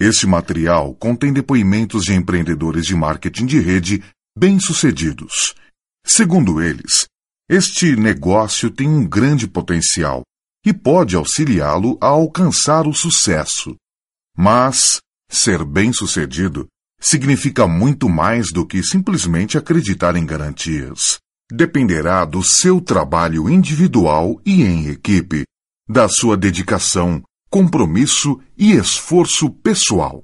Este material contém depoimentos de empreendedores de marketing de rede bem-sucedidos. Segundo eles, este negócio tem um grande potencial e pode auxiliá-lo a alcançar o sucesso. Mas ser bem-sucedido significa muito mais do que simplesmente acreditar em garantias. Dependerá do seu trabalho individual e em equipe, da sua dedicação, compromisso e esforço pessoal.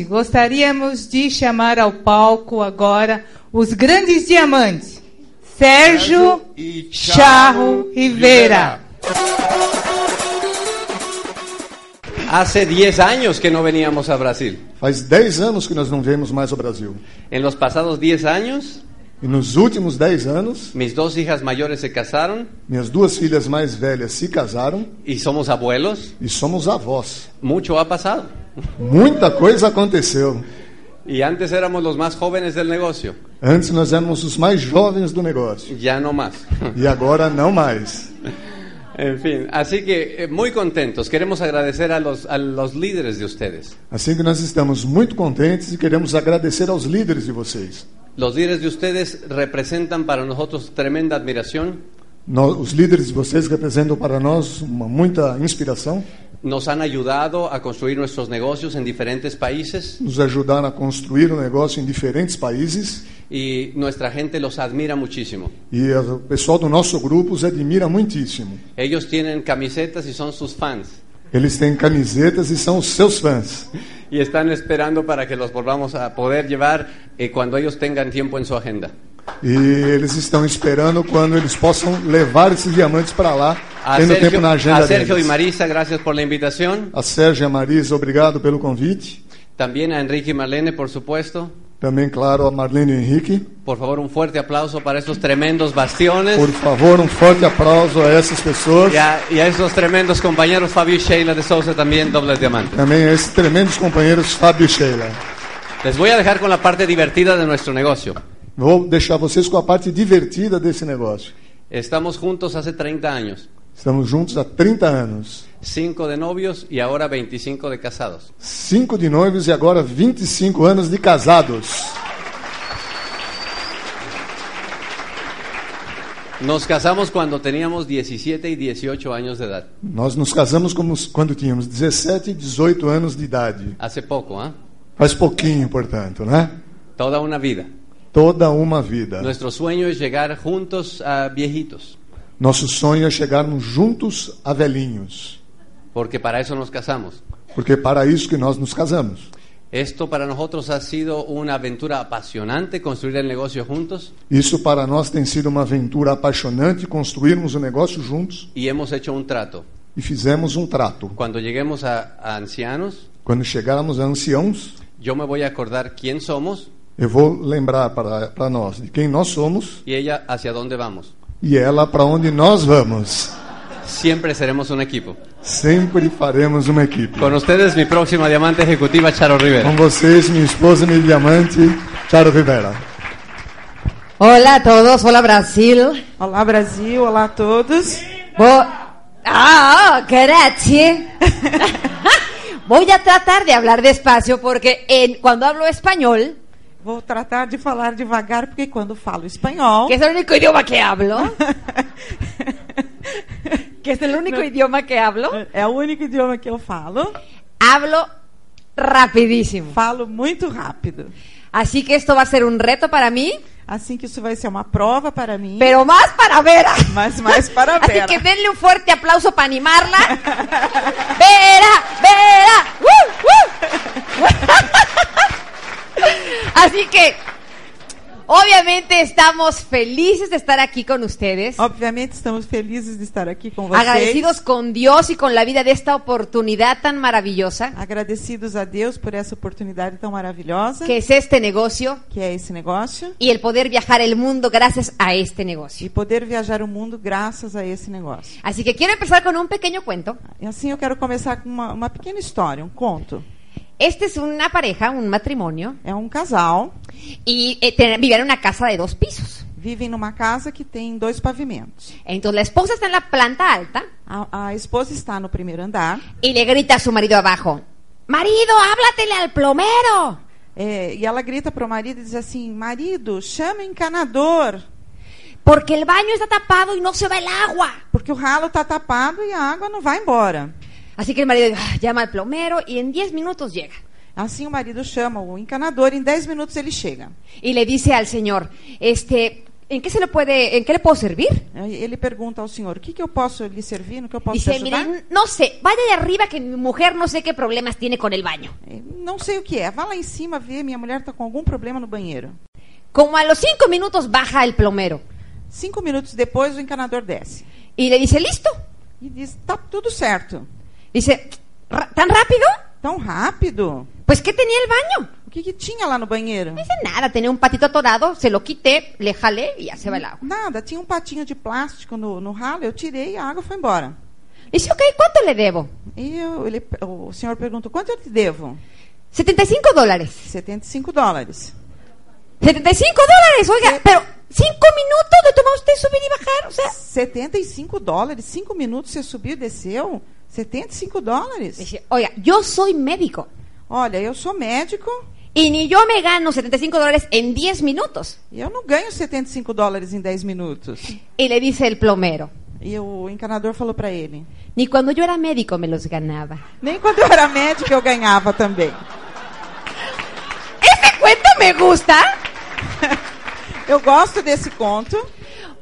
Gostaríamos de chamar ao palco agora os grandes diamantes, Sérgio e Charro Rivera. Hace 10 años que no veníamos a Brasil. Faz 10 anos que nós não vemos mais o Brasil. En los pasados 10 años, E nos últimos 10 anos, mis dos hijas mayores se casaron minhas duas filhas mais velhas se casaram y somos abuelos. e somos avós. Mucho ha pasado. Muita coisa aconteceu. Y antes éramos los más jóvenes del negocio. Antes nós éramos os mais jovens do negócio Ya no más. e agora não mais. en fin, así que eh, muy contentos. Queremos agradecer a los, a los líderes de ustedes. Assim que nós estamos muito contentes e queremos agradecer aos líderes de vocês. Los líderes de ustedes representan para nosotros tremenda admiración. Nós, os líderes de vocês representam para nós uma muita inspiração, Nos han ayudado a construir nuestros negocios en diferentes países nos ajudaram a construir o negócio em diferentes países y nuestra gente los admira muchísimo. e a- o pessoal do nosso grupo os admira muitíssimo. Ellos tienen camisetas y son sus fans Eles têm camisetas e são os seus fãs. y están esperando para que los volvamos a poder llevar eh, cuando ellos tengan tiempo en su agenda. E eles estão esperando quando eles possam levar esses diamantes para lá, A tendo Sergio, tempo na agenda a Sergio y deles. Marisa, gracias por la invitación. A Sérgio e a Marisa, obrigado pelo convite. También a Enrique y Marlene, por supuesto. Também, claro, a Marlene e Henrique. Por favor, un fuerte aplauso para estos tremendos bastiones Por favor, um forte aplauso a essas pessoas. y a, y a esos tremendos compañeros Fabio y Sheila de Sousa, también dobles diamantes. Também a esses tremendos companheiros Fábio e Sheila. Les voy a dejar con la parte divertida de nuestro negocio. Vou deixar vocês com a parte divertida desse negócio. Estamos juntos hace 30 años, Estamos juntos há 30 anos. 5 de novios y ahora 25 de casados. Cinco de noivos e agora 25 anos de casados. Nos casamos cuando teníamos 17 y 18 años de edad. Nós nos casamos como- quando tínhamos 17 e 18 anos de idade. Hace poco, ¿ah? Faz pouquinho, portanto, né? Toda una vida. Toda uma vida. Nuestro sueño es llegar juntos a viejitos, Nosso sonho é chegarmos juntos a velhinhos, porque para eso nos casamos. porque é para isso que nós nos casamos. Esto para nosotros ha sido una aventura apasionante, construir el negocio juntos Isso para nós tem sido uma aventura apaixonante construirmos o negócio juntos y hemos hecho un trato. e fizemos um trato. Cuando lleguemos a, a ancianos, Quando chegarmos a anciãos, yo me voy a acordar quién somos eu vou lembrar para, para nós de quem nós somos y ella hacia dónde vamos. e ela para onde nós vamos. Siempre seremos un equipo. Sempre faremos uma equipe. Con ustedes mi próxima diamante ejecutiva, Charo Rivera. Com vocês, minha esposa, minha diamante, Charo Rivera. Hola a todos, hola Brasil. Olá Brasil, olá a todos. Vo- Ah, oh, grazie. Voy a tratar de hablar despacio porque en- cuando hablo español, Vou tratar de falar devagar porque quando falo espanhol, ¿Oh? que es el único idioma que hablo, que es el único idioma que hablo, Eh. é o único idioma que eu falo, hablo rapidísimo. falo muito rápido. Así que esto va a ser un reto para mí, Assim que isso vai ser uma prova para mim. pero más para Vera. Mas mais para Así Vera. que denle un fuerte aplauso para animarla. Vera, Vera. ¡Uh, uh! Así que, obviamente estamos felices de estar aquí con ustedes. Oh, Obviamente estamos felizes de estar aqui pues com vocês. Agradecidos con Dios y con la vida de esta oportunidad tan maravillosa Agradecidos a Deus por essa oportunidade tão maravilhosa que es este negocio que é esse negócio y el poder viajar el mundo gracias a este e negocio. poder viajar o mundo graças a esse negócio. Así que quiero empezar con un pequeño cuento. E assim eu quero começar com uma, uma pequena história, um conto. Este es una pareja, un matrimonio, É um casal, y eh, te- vivían en una casa de dos pisos. vivem numa casa que tem dois pavimentos. Entonces la esposa está en la planta alta A, a esposa está no primeiro andar y le grita a su marido abajo, marido, háblatele al plomero. é, e ela grita para o marido e diz assim: Marido, chama o encanador, Porque el baño está tapado y no se va el agua. porque o ralo está tapado e a água não vai embora. Así que el marido "Ah", llama al plomero y en 10 minutos llega. Assim o marido chama o encanador, em 10 minutos ele chega. Y le dice al señor, este, ¿en qué se le puede, en qué le puedo servir? Aí É, Ele pergunta ao senhor: O que, que eu posso lhe servir? No que eu posso te Dice, ajudar? mire, no sé, vaya de arriba que mi mujer no sé qué problemas tiene con el baño. É, Não sei o que é. Vá lá em cima ver, minha mulher está com algum problema no banheiro. Como a los cinco minutos baja el plomero Cinco minutos depois, o encanador desce y le dice, ¿listo? e diz: Tá tudo certo. Dice, "Ra- ¿tan rápido? Tão rápido? Pues, ¿qué tenía el baño? O que, que tinha lá no banheiro? No dice nada, tenía un patito atorado, se lo quité, le jalé y ya se va el agua. Nada, tinha um patinho de plástico no, no ralo, eu tirei e a água foi embora. Dice, ok, ¿cuánto le debo? E eu- ele- o senhor perguntou: Quanto eu te devo? 75 dólares. 75 dólares. 75 dólares, oiga, pero 5 minutos de tomar usted subir y bajar, o sea. 75 dólares? Cinco minutos você subiu e desceu? 75 dólares? Dice, oiga, yo soy médico Olha, eu sou médico y ni yo me gano 75 dólares en 10 minutos. e eu não ganho 75 dólares em 10 minutos. Y le dice el plomero, E o encanador falou para ele: ni cuando yo era médico me los ganaba. Nem quando eu era médica eu ganhava também. Este cuento me gusta Eu gosto desse conto,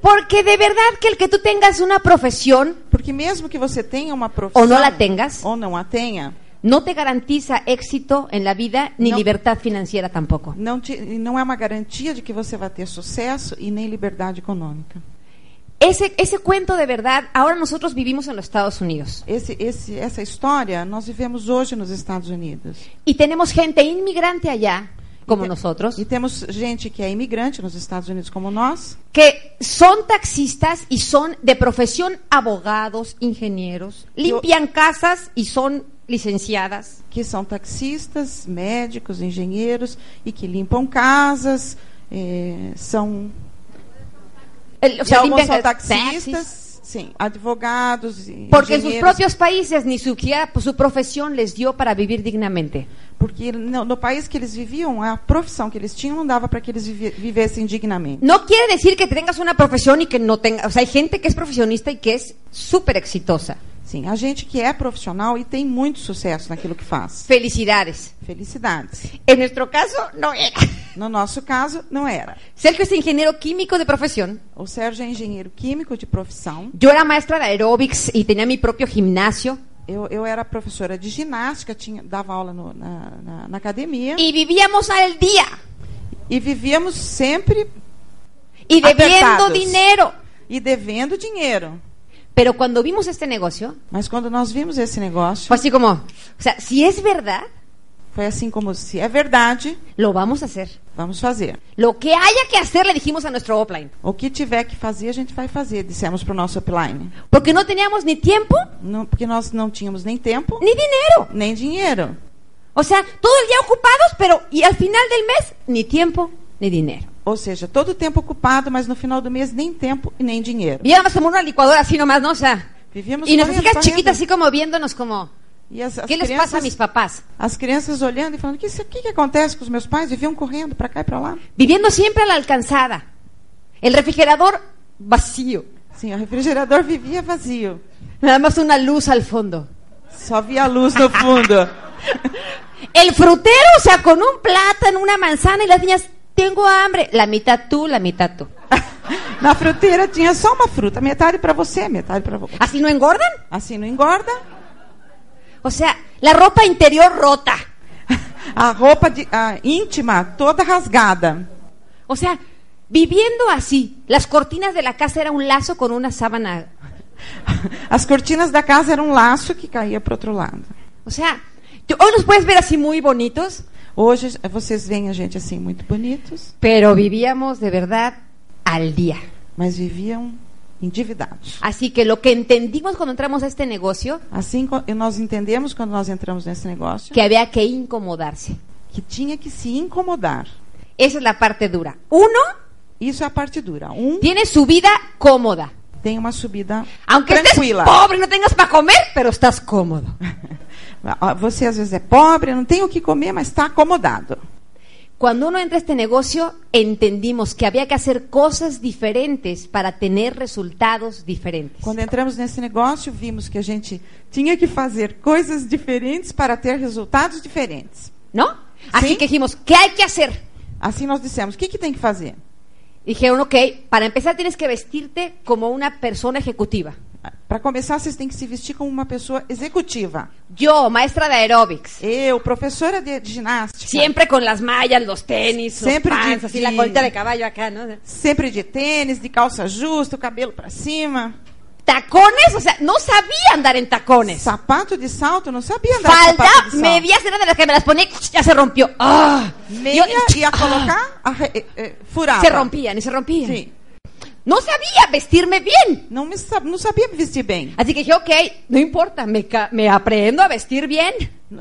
porque de verdad que el que tú tengas una profesión porque mesmo que você tenha uma profissão o no la tengas, ou não a tenha, no te garantiza éxito en la vida ni No. libertad financiera tampoco. não, te, não é uma garantia de que você vai ter sucesso e nem liberdade econômica. Ese, ese cuento de verdad, ahora nosotros vivimos en los Estados Unidos Esse, esse, essa história nós vivemos hoje nos Estados Unidos. y tenemos gente inmigrante allá, como nosotros, E temos gente que é imigrante nos Estados Unidos como nós, que son taxistas y son de profesión abogados, ingenieros, limpian casas y son licenciadas. que são taxistas, médicos, engenheiros e que limpam casas, eh, são El- o E sea, alguns limpian são casas, taxis, taxistas, sim, advogados, e porque en sus engenheiros, propios países ni su, su profesión les dio para vivir dignamente. porque no, no país que eles viviam, a profissão que eles tinham não dava para que eles vive- vivessem dignamente. No quiere decir que tengas una profesión y que no tengas, o sea, hay gente que es profesionista y que es súper exitosa. Sim, a gente que é profissional e tem muito sucesso naquilo que faz. Felicidades. Felicidades. En nuestro caso, no era. No nosso caso, não era. Sergio es ingeniero químico de profesión. O Sérgio é engenheiro químico de profissão. Yo era maestra de aeróbics y tenía mi propio gimnasio. Eu, eu era professora de ginástica, tinha, dava aula no- na, na- na academia. E, Y vivíamos al día. vivíamos sempre Y debiendo Apertados. dinero. e devendo dinheiro. Pero cuando vimos este negocio, Mas quando nós vimos esse negócio, fue así como, o sea, si es verdad, Foi assim como se é verdade, lo vamos a hacer. vamos fazer. Lo que haya que hacer, le dijimos a nuestro offline. O que tiver que fazer, a gente vai fazer, dissemos para o nosso upline. Porque no teníamos ni tiempo Não, porque nós não tínhamos nem tempo, ni dinero. nem dinheiro. O sea, todo el día ocupados, pero y al final del mes ni tiempo ni dinero. Ou seja, todo o tempo ocupado, mas no final do mês nem tempo e nem dinheiro. Y éramos como una licuadora así nomás, ¿no? O sea, Vivíamos y nuestras correndo, hijas correndo. chiquitas assim, así como viéndonos como, E as, as ¿qué les crianças, pasa a mis papás? As crianças olhando e falando, o que, isso- o que, que acontece com os meus pais? Viviam correndo para cá e para lá. Viviendo siempre a la alcanzada. El refrigerador vacío. Sim, o refrigerador vivia vazio. Nada más una luz al fondo. Só via a luz no fundo. El frutero, o sea, con un plátano, una manzana y las niñas, tengo hambre. La mitad tú, la mitad tú. Na fruteira tinha só uma fruta, metade para você, metade para você. ¿Así no engordan? Assim não engorda. O sea, la ropa interior rota. A roupa de- a íntima toda rasgada. O sea, viviendo así, las cortinas de la casa era un lazo con una sábana. As cortinas da casa eram um laço que caía para outro lado. O sea, tú- hoy nos puedes ver así muy bonitos, Hoje vocês veem a gente assim muito bonitos, pero vivíamos de verdad al día. mas viviam endividados. Así que lo que entendimos cuando entramos a este negocio, Assim co- nós entendemos quando nós entramos nesse negócio que é- había que incomodarse. que tinha que se incomodar. Esa es la parte dura. Uno Isso é a parte dura. Um tiene su vida cómoda. tem uma subida Aunque tranquila. estés um pobre, no tengas para comer, pero estás cómodo. Ah, Você às vezes é pobre, não tem o que comer, mas está acomodado. Cuando uno entra a este negocio, entendimos que había que hacer cosas diferentes para tener resultados diferentes. Quando entramos nesse negócio, vimos que a gente tinha que fazer coisas diferentes para ter resultados diferentes. ¿No? Así Sí. que dijimos, ¿qué hay que hacer? Assim nós dissemos: o que, que tem que fazer? Dijeron, ok, para empezar tienes que vestirte como una persona ejecutiva. Para começar, vocês têm que se vestir como uma pessoa executiva. Yo, maestra de aeróbics, Eu, professora de, de ginástica, siempre con las mallas, los tenis, los Siempre pants, así sí. la colita de caballo acá, ¿no? sempre de tênis, de calça justa, o cabelo para cima, Tacones, o sea, no sabía andar en tacones. sapato de salto, não sabia andar de Falda, sapato de salto. medias eran de las que me las ponía, ya se rompió. ¡Ah! Meia Yo- ia ¡Ah! colocar, arre- eh, eh, furava. Se rompían y se rompían. Sim. No sabía vestirme bien. Não, me sa- não sabia me vestir bem. Así que dije, ok, no importa, me, ca- me aprendo a vestir bien.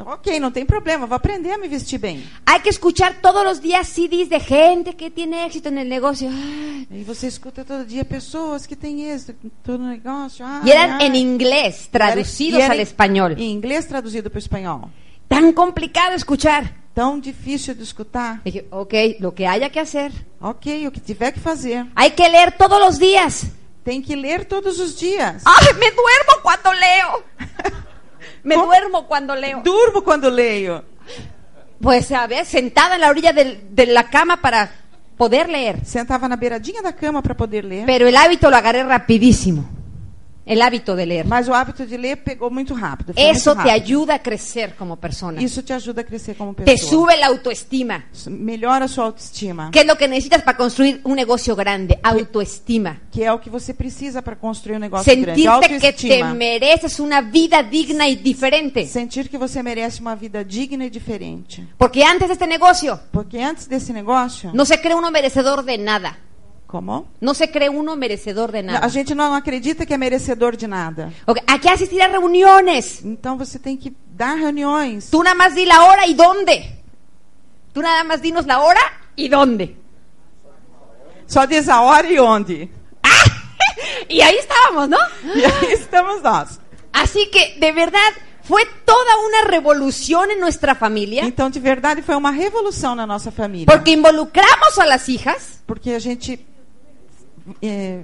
Ok, não tem problema, vou aprender a me vestir bem. Hay que escuchar todos los días CDs de gente que tiene éxito en el negocio. Ay. E você escuta todo dia pessoas que têm êxito, todo negócio. ai, Y eran ai. en inglés, E era- traducidos e era al em- español. Em inglês traduzido para o espanhol. Tan complicado escuchar. Tão difícil de escutar. Dije, ok, lo que haya que hacer. Ok, o que tiver que fazer. Hay que leer todos los días. Tem que ler todos os dias. ¡Ay, me duermo cuando leo! Me duermo cuando leo. Durmo quando leio. Pues, ¿sabes? Sentada en la orilla del- de la cama para poder leer. Sentava na beiradinha da cama para poder ler. Pero el hábito lo agarré rapidísimo. El hábito de leer. Mas o hábito de ler pegou muito rápido. foi Eso muito te rápido. ayuda a crecer como persona. Isso te ajuda a crescer como pessoa. Te sube la autoestima. Melhora a sua autoestima. ¿Qué es lo que necesitas para construir un negocio grande? Autoestima. Que é o que você precisa para construir um negócio grande. Sentirte que te Autoestima. mereces una vida digna y diferente. Sentir que você merece uma vida digna e diferente. Porque antes de este negocio Porque antes desse negócio, no se cree uno merecedor de nada. como? No se cree uno merecedor de A nada. gente não acredita que é merecedor de nada. Ok, Hay que asistir a reuniones. Então você tem que dar reuniões. Tú nada más di la hora y dónde. Tú nada más dinos la hora y dónde. Só diz a hora e onde. ¡Ah! Y ahí estábamos, ¿no? E aí estamos nós. Así que, de verdad, fue toda una revolución en nuestra familia, Então, de verdade, foi uma revolução na nossa família. porque involucramos a las hijas, Porque a gente é,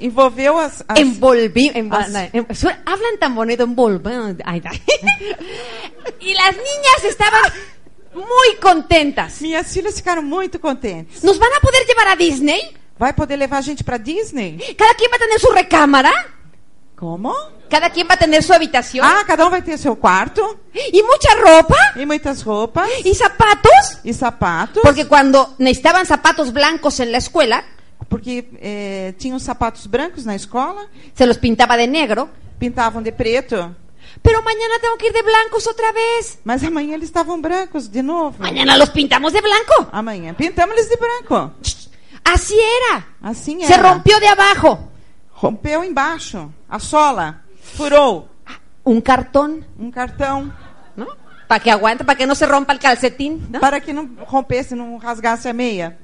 envolveu as, Ah, as- envolvimos, as- hablan tan bonito, envolvimos, y las niñas estaban muy contentas. Minhas filhas ficaram muito contentes. ¿Nos van a poder llevar a Disney? Vai poder levar a gente para Disney? ¿Cada quien va a tener su recámara? Como? ¿Cada quien va a tener su habitación? Ah, cada um vai ter seu quarto ¿Y mucha ropa? e muitas roupas ¿Y zapatos? e sapatos. Porque cuando necesitaban zapatos blancos en la escuela, Porque é, tinham sapatos brancos na escola, se los pintaba de negro. pintavam de preto, Pero mañana tengo que ir de blancos otra vez. mas amanhã eles estavam brancos de novo. Mañana los pintamos de blanco. Amanhã pintamos eles de branco. Así era. Assim é. Se rompió de abajo. Rompeu embaixo. A sola. Furou. Un cartón, Um cartão. ¿no? Para que aguante, para que no se rompa el calcetín. ¿no? Para que não rompesse, não rasgasse a meia.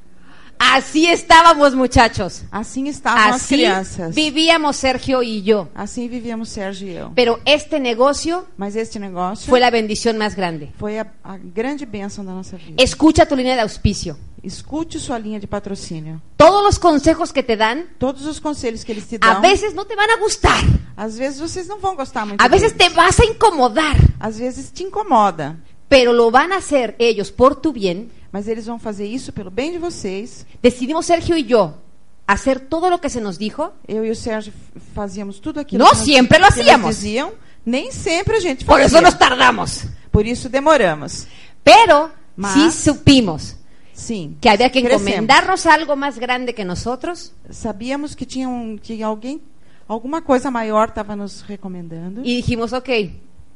Así estábamos, muchachos. Assim estavam as Así crianças. vivíamos Sergio y yo. Assim vivíamos Sérgio e eu. Pero este negocio Mas este negócio fue la bendición más grande. foi a, a grande bênção da nossa vida. Escucha tu línea de auspicio. Escute sua linha de patrocínio. Todos los consejos que te dan, Todos os conselhos que eles te dão, a veces no te van a gustar. às vezes vocês não vão gostar muito. A veces deles. te vas a incomodar. Às vezes te incomoda. Pero lo van a hacer ellos por tu bien Mas eles vão fazer isso pelo bem de vocês. Decidimos Sergio y yo hacer todo lo que se nos dijo, Eu e o Sérgio f- fazíamos tudo aquilo Nós que sempre que nós fazíamos. Eles diziam. Nem sempre a gente por fazia. eso nos tardamos. Por isso demoramos. Pero Mas- sí supimos Sim. que había que crescemos. encomendarnos a algo más grande que nosotros Sabíamos que tinha um, que alguém, alguma coisa maior estava nos recomendando. y dijimos, ok,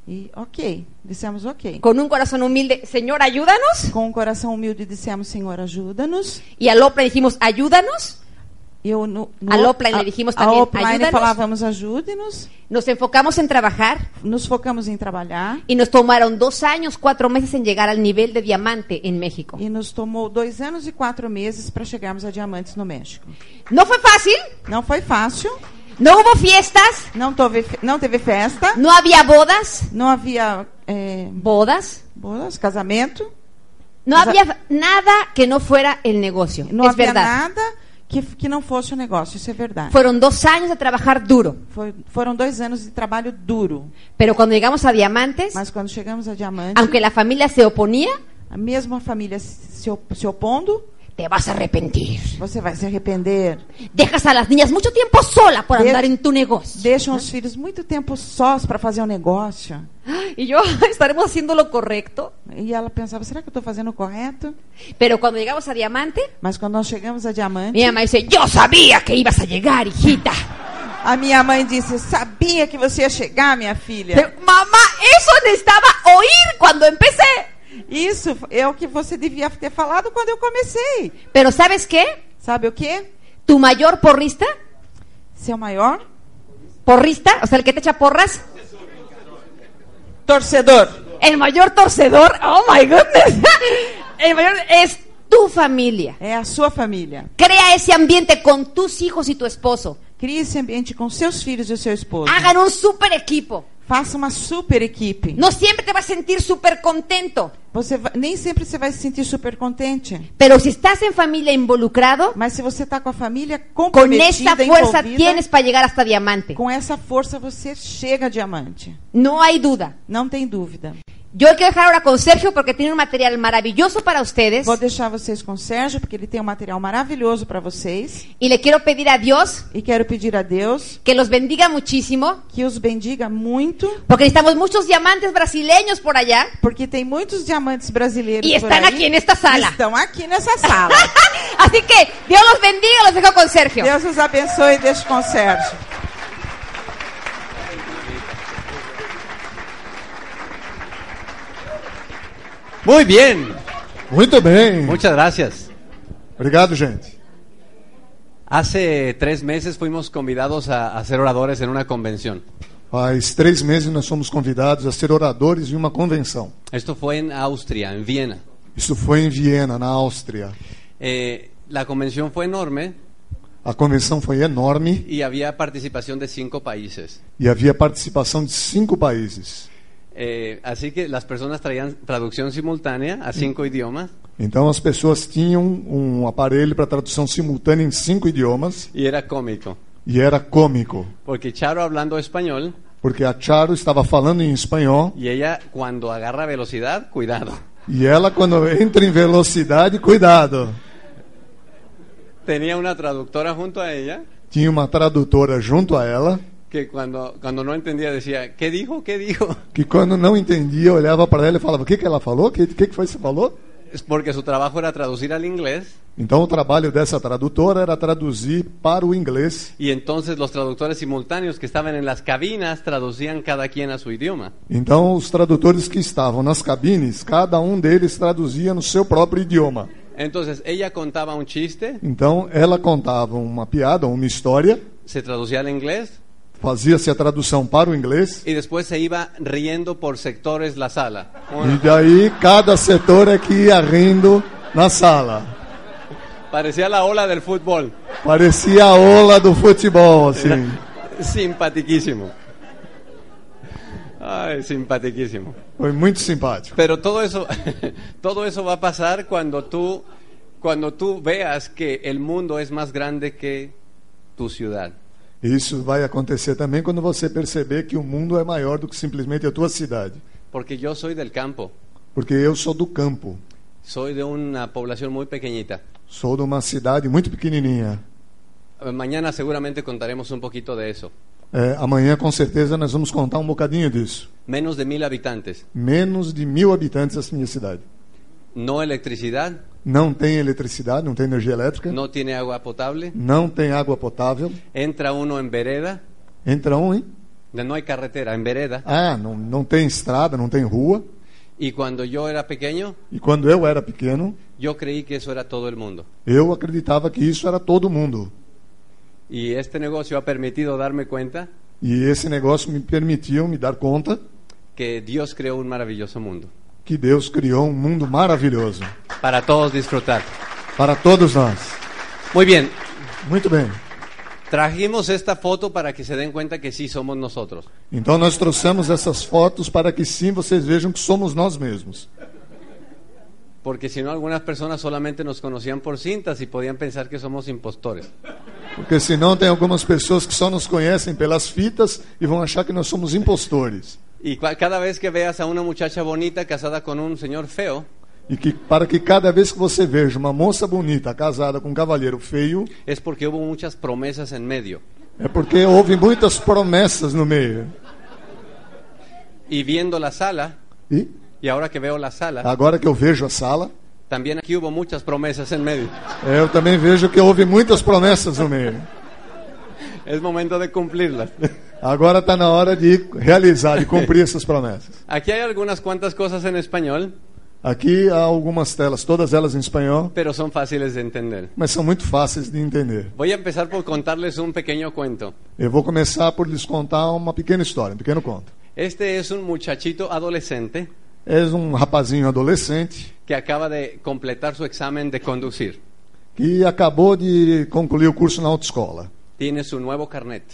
E ok, dissemos ok. con un corazón humilde, Señor, ayúdanos. Com um coração humilde dissemos, Senhor, ajuda-nos. Y a Lopra dijimos, ayúdanos. Eu no, no, Al offline le dijimos a, también, a offline "Ayúdanos". falávamos, ajude-nos. Nos enfocamos en trabajar Nos focamos em trabalhar y nos tomaron dos años, cuatro meses en llegar al nivel de diamante en México. e nos tomou dois anos e quatro meses para chegarmos a diamantes no México. No fue fácil, Não foi fácil. No hubo fiestas, Não, tove- não teve festa, no había bodas, não havia é, bodas, bodas, casamento, no Esa- había nada que no fuera el negocio. não es havia verdad. nada que, que não fosse o negócio, isso é verdade. Fueron dos años de trabajar duro, Foi- foram dois anos de trabalho duro, pero cuando llegamos a Diamantes, mas quando chegamos a Diamante, aunque la familia se oponía, a mesma família se, op- se opondo, te vas a arrepentir. você vai se arrepender. Dejas a las niñas mucho tiempo sola por De- andar en tu negocio. Deixam os filhos muito tempo sós para fazer o negócio. Y yo, estaremos haciendo lo correcto. E ela pensava, será que eu estou fazendo o correto? Pero cuando llegamos a Diamante, Mas quando nós chegamos a Diamante, mi mamá dice, yo sabía que ibas a llegar, hijita. a minha mãe disse, sabia que você ia chegar, minha filha. Pero, mamá, eso necesitaba oír cuando empecé. Isso é o que você devia ter falado quando eu comecei. Pero ¿sabes qué? Sabe o quê? Tu mayor porrista, Seu maior porrista, o sea, el que te echa porras, torcedor. el mayor torcedor, oh my goodness, el mayor es tu familia. É a sua família. Crea ese ambiente con tus hijos y tu esposo. Crie esse ambiente com seus filhos e o seu esposo. Hagan un super equipo. Faça uma super equipe. No siempre te vas a sentir súper contento, Você va- nem sempre você vai se sentir super contente, pero si estás en familia involucrado, mas se você está com a família con esta comprometida, fuerza envolvida, tienes para llegar hasta diamante. com essa força você chega a diamante. No hay duda. Não tem dúvida. Yo quiero dejar ahora con Sergio porque tiene un material maravilloso para ustedes Vou deixar vocês com o Sérgio, porque ele tem um material maravilhoso para vocês. y le quiero pedir a Dios E quero pedir a Deus que los bendiga muchísimo que os bendiga muito, porque necesitamos muchos diamantes brasileños por allá. porque tem muitos diamantes brasileiros E por estão aí aqui nesta sala. que Estão aqui nessa sala. Así que Dios los bendiga, los dejo con Sergio. Deus os abençoe e deixe com o Sérgio. Muy bien. Muito bem. Muchas gracias. Obrigado, gente. Hace tres meses fuimos convidados a, a ser oradores en una convención. Faz três meses nós somos convidados a ser oradores de uma convenção. Esto fue en Austria, en Viena. Isso foi em Viena, na Áustria. Eh, la convención fue enorme A convenção foi enorme y había participación de cinco países. e havia participação de cinco países. Eh, así que las personas traían traducción simultánea a cinco idiomas Então as pessoas tinham um aparelho para tradução simultânea em cinco idiomas y era cómico. e era cômico, Porque Charo hablando español porque a Charo estava falando em espanhol y ella cuando agarra velocidad, cuidado. e ela quando entra em velocidade, cuidado. Tenía una traductora junto a ella Tinha uma tradutora junto a ela que cuando, cuando no entendía decía, ¿qué dijo? ¿Qué dijo? que quando não entendia, olhava para ela e falava: "O que que ela falou? O que que que foi que você falou?" Es porque su trabajo era traducir al inglés Então o trabalho dessa tradutora era traduzir para o inglês. y entonces los traductores simultáneos que estaban en las cabinas traducían cada quien a su idioma. Então os tradutores que estavam nas cabines, cada um deles traduzia no seu próprio idioma. Entonces ella contaba un chiste, Então ela contava uma piada, uma história, se traducía al inglés fazia-se a tradução para o inglês y después se iba riendo por sectores la sala. e Bueno, daí cada setor é que ia rindo na sala. parecía la ola del fútbol. Parecia a ola do futebol, assim. Simpatiquísimo. Ay, simpatiquísimo. Foi muito simpático. Pero todo eso, todo eso va a pasar cuando tú, cuando tú veas que el mundo es más grande que tu ciudad. Isso vai acontecer também quando você perceber que o mundo é maior do que simplesmente a tua cidade. Porque yo soy del campo, Porque eu sou do campo, soy de una población muy pequeñita. sou de uma cidade muito pequenininha. Eh, Mañana seguramente contaremos un poquito de eso. É, amanhã, com certeza, nós vamos contar um bocadinho disso. Menos de mil habitantes, Menos de mil habitantes essa minha cidade. no electricidad, Não tem eletricidade, não tem energia elétrica, no tiene agua potable, não tem água potável. entra uno en vereda, Entra um, hein? no hay carretera, en vereda. Ah, não, não tem estrada, não tem rua. Y cuando yo era pequeño, E quando eu era pequeno, yo creí que eso era todo el mundo. eu acreditava que isso era todo mundo. Y este negocio ha permitido darme cuenta E esse negócio me permitiu me dar conta que Dios creó un maravilloso mundo que Deus criou um mundo maravilhoso para todos disfrutar. para todos nós. Muy bien, Muito bem. Trajimos esta foto para que se den cuenta que sí somos nosotros. Então nós trouxemos essas fotos para que sim vocês vejam que somos nós mesmos. Porque si no, algunas personas solamente nos conocían por cintas y podían pensar que somos impostores. Porque senão tem algumas pessoas que só nos conhecem pelas fitas e vão achar que nós somos impostores. Y cua- cada vez que veas a una muchacha bonita casada con un señor feo, E que para que cada vez que você veja uma moça bonita casada com um cavalheiro feio, es porque hubo muchas promesas en medio. é porque houve muitas promessas no meio. Y viendo la sala, E y ahora que veo la sala, agora que eu vejo a sala, también aquí hubo muchas promesas en medio. é, eu também vejo que houve muitas promessas no meio. Es momento de cumplirlas. Agora está na hora de realizar, de cumprir essas promessas. Aquí hay algunas cuantas cosas en español, Aqui há algumas telas, todas elas em espanhol, pero son fáciles de entender. mas são muito fáceis de entender. Voy a empezar por contarles un pequeño cuento. Eu vou começar por lhes contar uma pequena história, um pequeno conto. Este es un muchachito adolescente É um rapazinho adolescente que acaba de completar su examen de conducir. que acabou de concluir o curso na autoescola Tiene su nuevo carnet.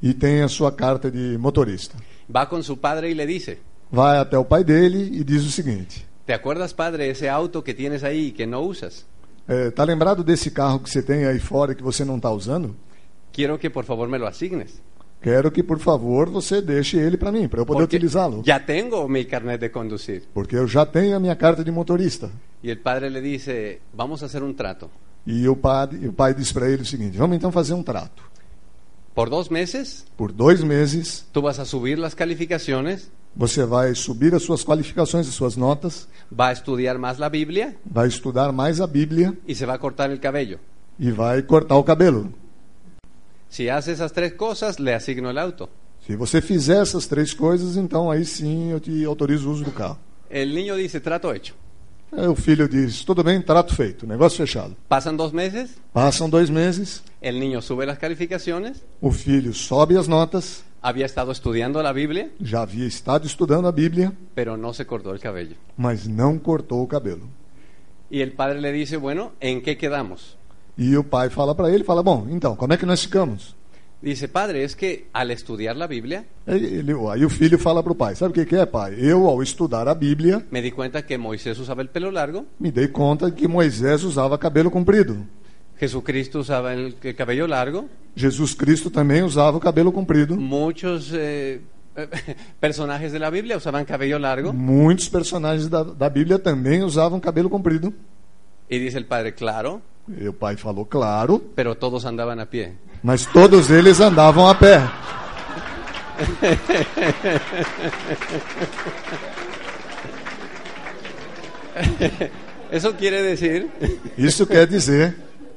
e tem a sua carta de motorista. Va con su padre y le dice, Vai até o pai dele e diz o seguinte: ¿te acuerdas padre ese auto que tienes ahí y que no usas? é, Tá lembrado desse carro que você tem aí fora que você não está usando? Quiero que por favor me lo asignes. Quero que, por favor, você deixe ele para mim, para eu poder Porque utilizá-lo. ya tengo mi carnet de conducir. Porque eu já tenho a minha carta de motorista. Y el padre le dice, vamos a hacer un trato. E o padre, o pai diz para ele o seguinte: Vamos então fazer um trato. Por dos meses Por dois meses, tú vas a subir las calificaciones, você vai subir as suas qualificações, as suas notas, va a estudiar más la Biblia vai estudar mais a Bíblia y se va a cortar el cabello. e vai cortar o cabelo. Si hace esas tres cosas, le asigno el auto. Se você fizer essas três coisas, então aí sim eu te autorizo o uso do carro. El niño dice, trato hecho. Aí o filho diz: Tudo bem, trato feito, negócio fechado. Pasan dos meses, Passam dois meses, el niño sube las calificaciones, o filho sobe as notas, había estado estudiando la Biblia, já havia estado estudando a Bíblia, pero no se cortó el cabello. mas não cortou o cabelo. Y el padre le dice, bueno, ¿en qué quedamos? E o pai fala para ele, fala: "Bom, então, como é que nós ficamos?" Dice, padre, es que al estudiar la Biblia Aí, ele- aí o filho fala para o pai: "Sabe o que, que é, pai? Eu, ao estudar a Bíblia, me di cuenta que Moisés usaba el pelo largo, me dei conta que Moisés usava cabelo comprido. Jesucristo usaba el, el cabello largo, Jesus Cristo também usava o cabelo comprido. muchos eh, personajes de la Biblia usaban cabello largo. Muitos personagens da, da Bíblia também usavam cabelo comprido. Y dice el padre, claro, E o pai falou: "Claro, pero todos andaban a pie. mas todos eles andavam a pé." Eso quiere decir Isso quer dizer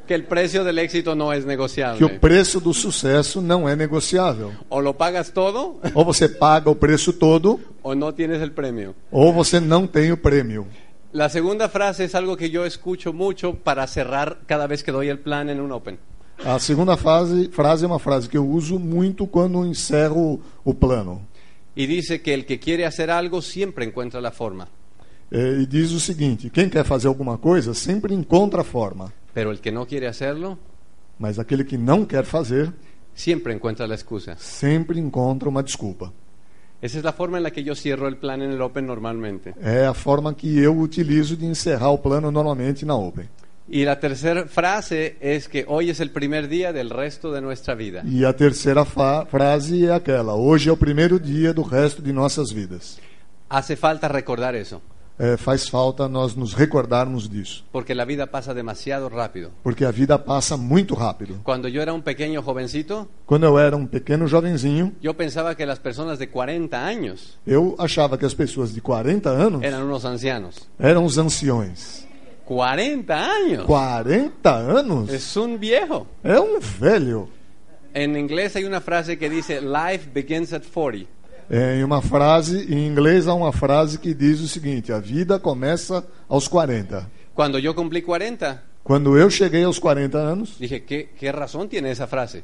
que el precio del éxito no es que o negociable. preço do sucesso não é negociável. O lo pagas todo Ou você paga o preço todo, o no tienes el premio. ou você não tem o prêmio. La segunda frase es algo que yo escucho mucho para cerrar cada vez que doy el plan en un Open. A segunda fase- frase é uma frase que eu uso muito quando encerro o plano. Y dice que el que quiere hacer algo siempre encuentra la forma, É, e diz o seguinte: quem quer fazer alguma coisa sempre encontra a forma, pero el que no quiere hacerlo mas aquele que não quer fazer siempre encuentra la excusa. sempre encontra uma desculpa. Esa es la forma en la que yo cierro el plan en el Open normalmente. É a forma que eu utilizo de encerrar o plano normalmente na Open. Y la tercera frase es que hoy es el primer día del resto de nuestra vida. E a terceira fa- frase é aquela: hoje é o primeiro dia do resto de nossas vidas. Hace falta recordar eso, É, faz falta nós nos recordarmos disso, porque la vida pasa demasiado rápido. porque a vida passa muito rápido. Cuando yo era um pequeño jovencito, Quando eu era um pequeno jovenzinho, yo pensaba que las personas de 40 años Eu achava que as pessoas de 40 anos eran unos ancianos. eram os anciões. ¡40 años! 40 anos? Es un viejo. É um velho. En inglés hay una frase que dice, life begins at 40. É, Em uma frase, em inglês há uma frase que diz o seguinte: a vida começa aos 40. Cuando yo cumplí 40, Quando eu cheguei aos 40 anos, dije, ¿qué, qué razón tiene esa frase?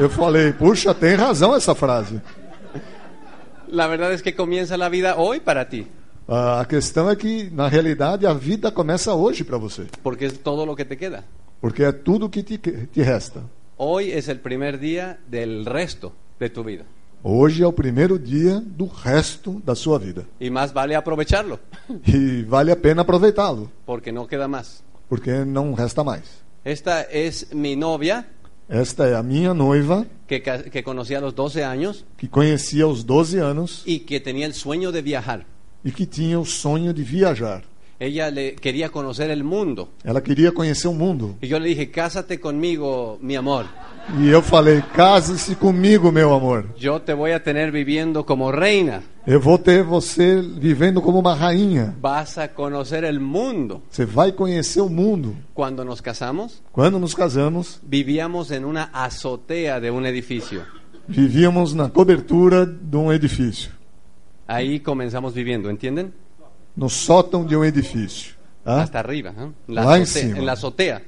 eu falei: puxa, tem razão essa frase. La verdad es que comienza la vida hoy para ti, Ah, A questão é que, na realidade, a vida começa hoje para você, porque es todo lo que te queda. porque é tudo que te, que te resta. Hoy es el primer día del resto de tu vida. Hoje é o primeiro dia do resto da sua vida. Y más vale aprovecharlo, E vale a pena aproveitá-lo, porque no queda más. porque não resta mais. Esta es mi novia, Esta é a minha noiva, que, ca- que conocí a los 12 años que conheci aos 12 anos y que tenía el sueño de viajar. e que tinha o sonho de viajar. Ella le quería conocer el mundo. Ela queria conhecer o mundo. Y yo le dije, cásate conmigo, mi amor. E eu falei: case-se comigo, meu amor. Yo te voy a tener viviendo como reina. Eu vou ter você vivendo como uma rainha. Vas a conocer el mundo. Você vai conhecer o mundo. Cuando nos casamos, Quando nos casamos, vivíamos en una azotea de un edificio. vivíamos na cobertura de um edifício, Ahí comenzamos viviendo, ¿entienden? no sótão de um edifício. tá? Hasta arriba, ¿eh? La Lá em azotea- cima. en la azotea.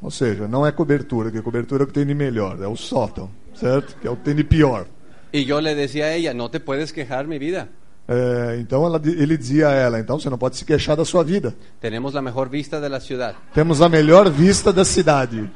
Ou seja, não é cobertura, que cobertura é o que tem de melhor, é o sótão, certo? Que é o que tem de pior. Y yo le decía a ella, no te puedes quejar, mi vida. É, então ela, di- ele dizia a ela: então você não pode se queixar da sua vida. Tenemos la mejor vista de la ciudad. Temos a melhor vista da cidade.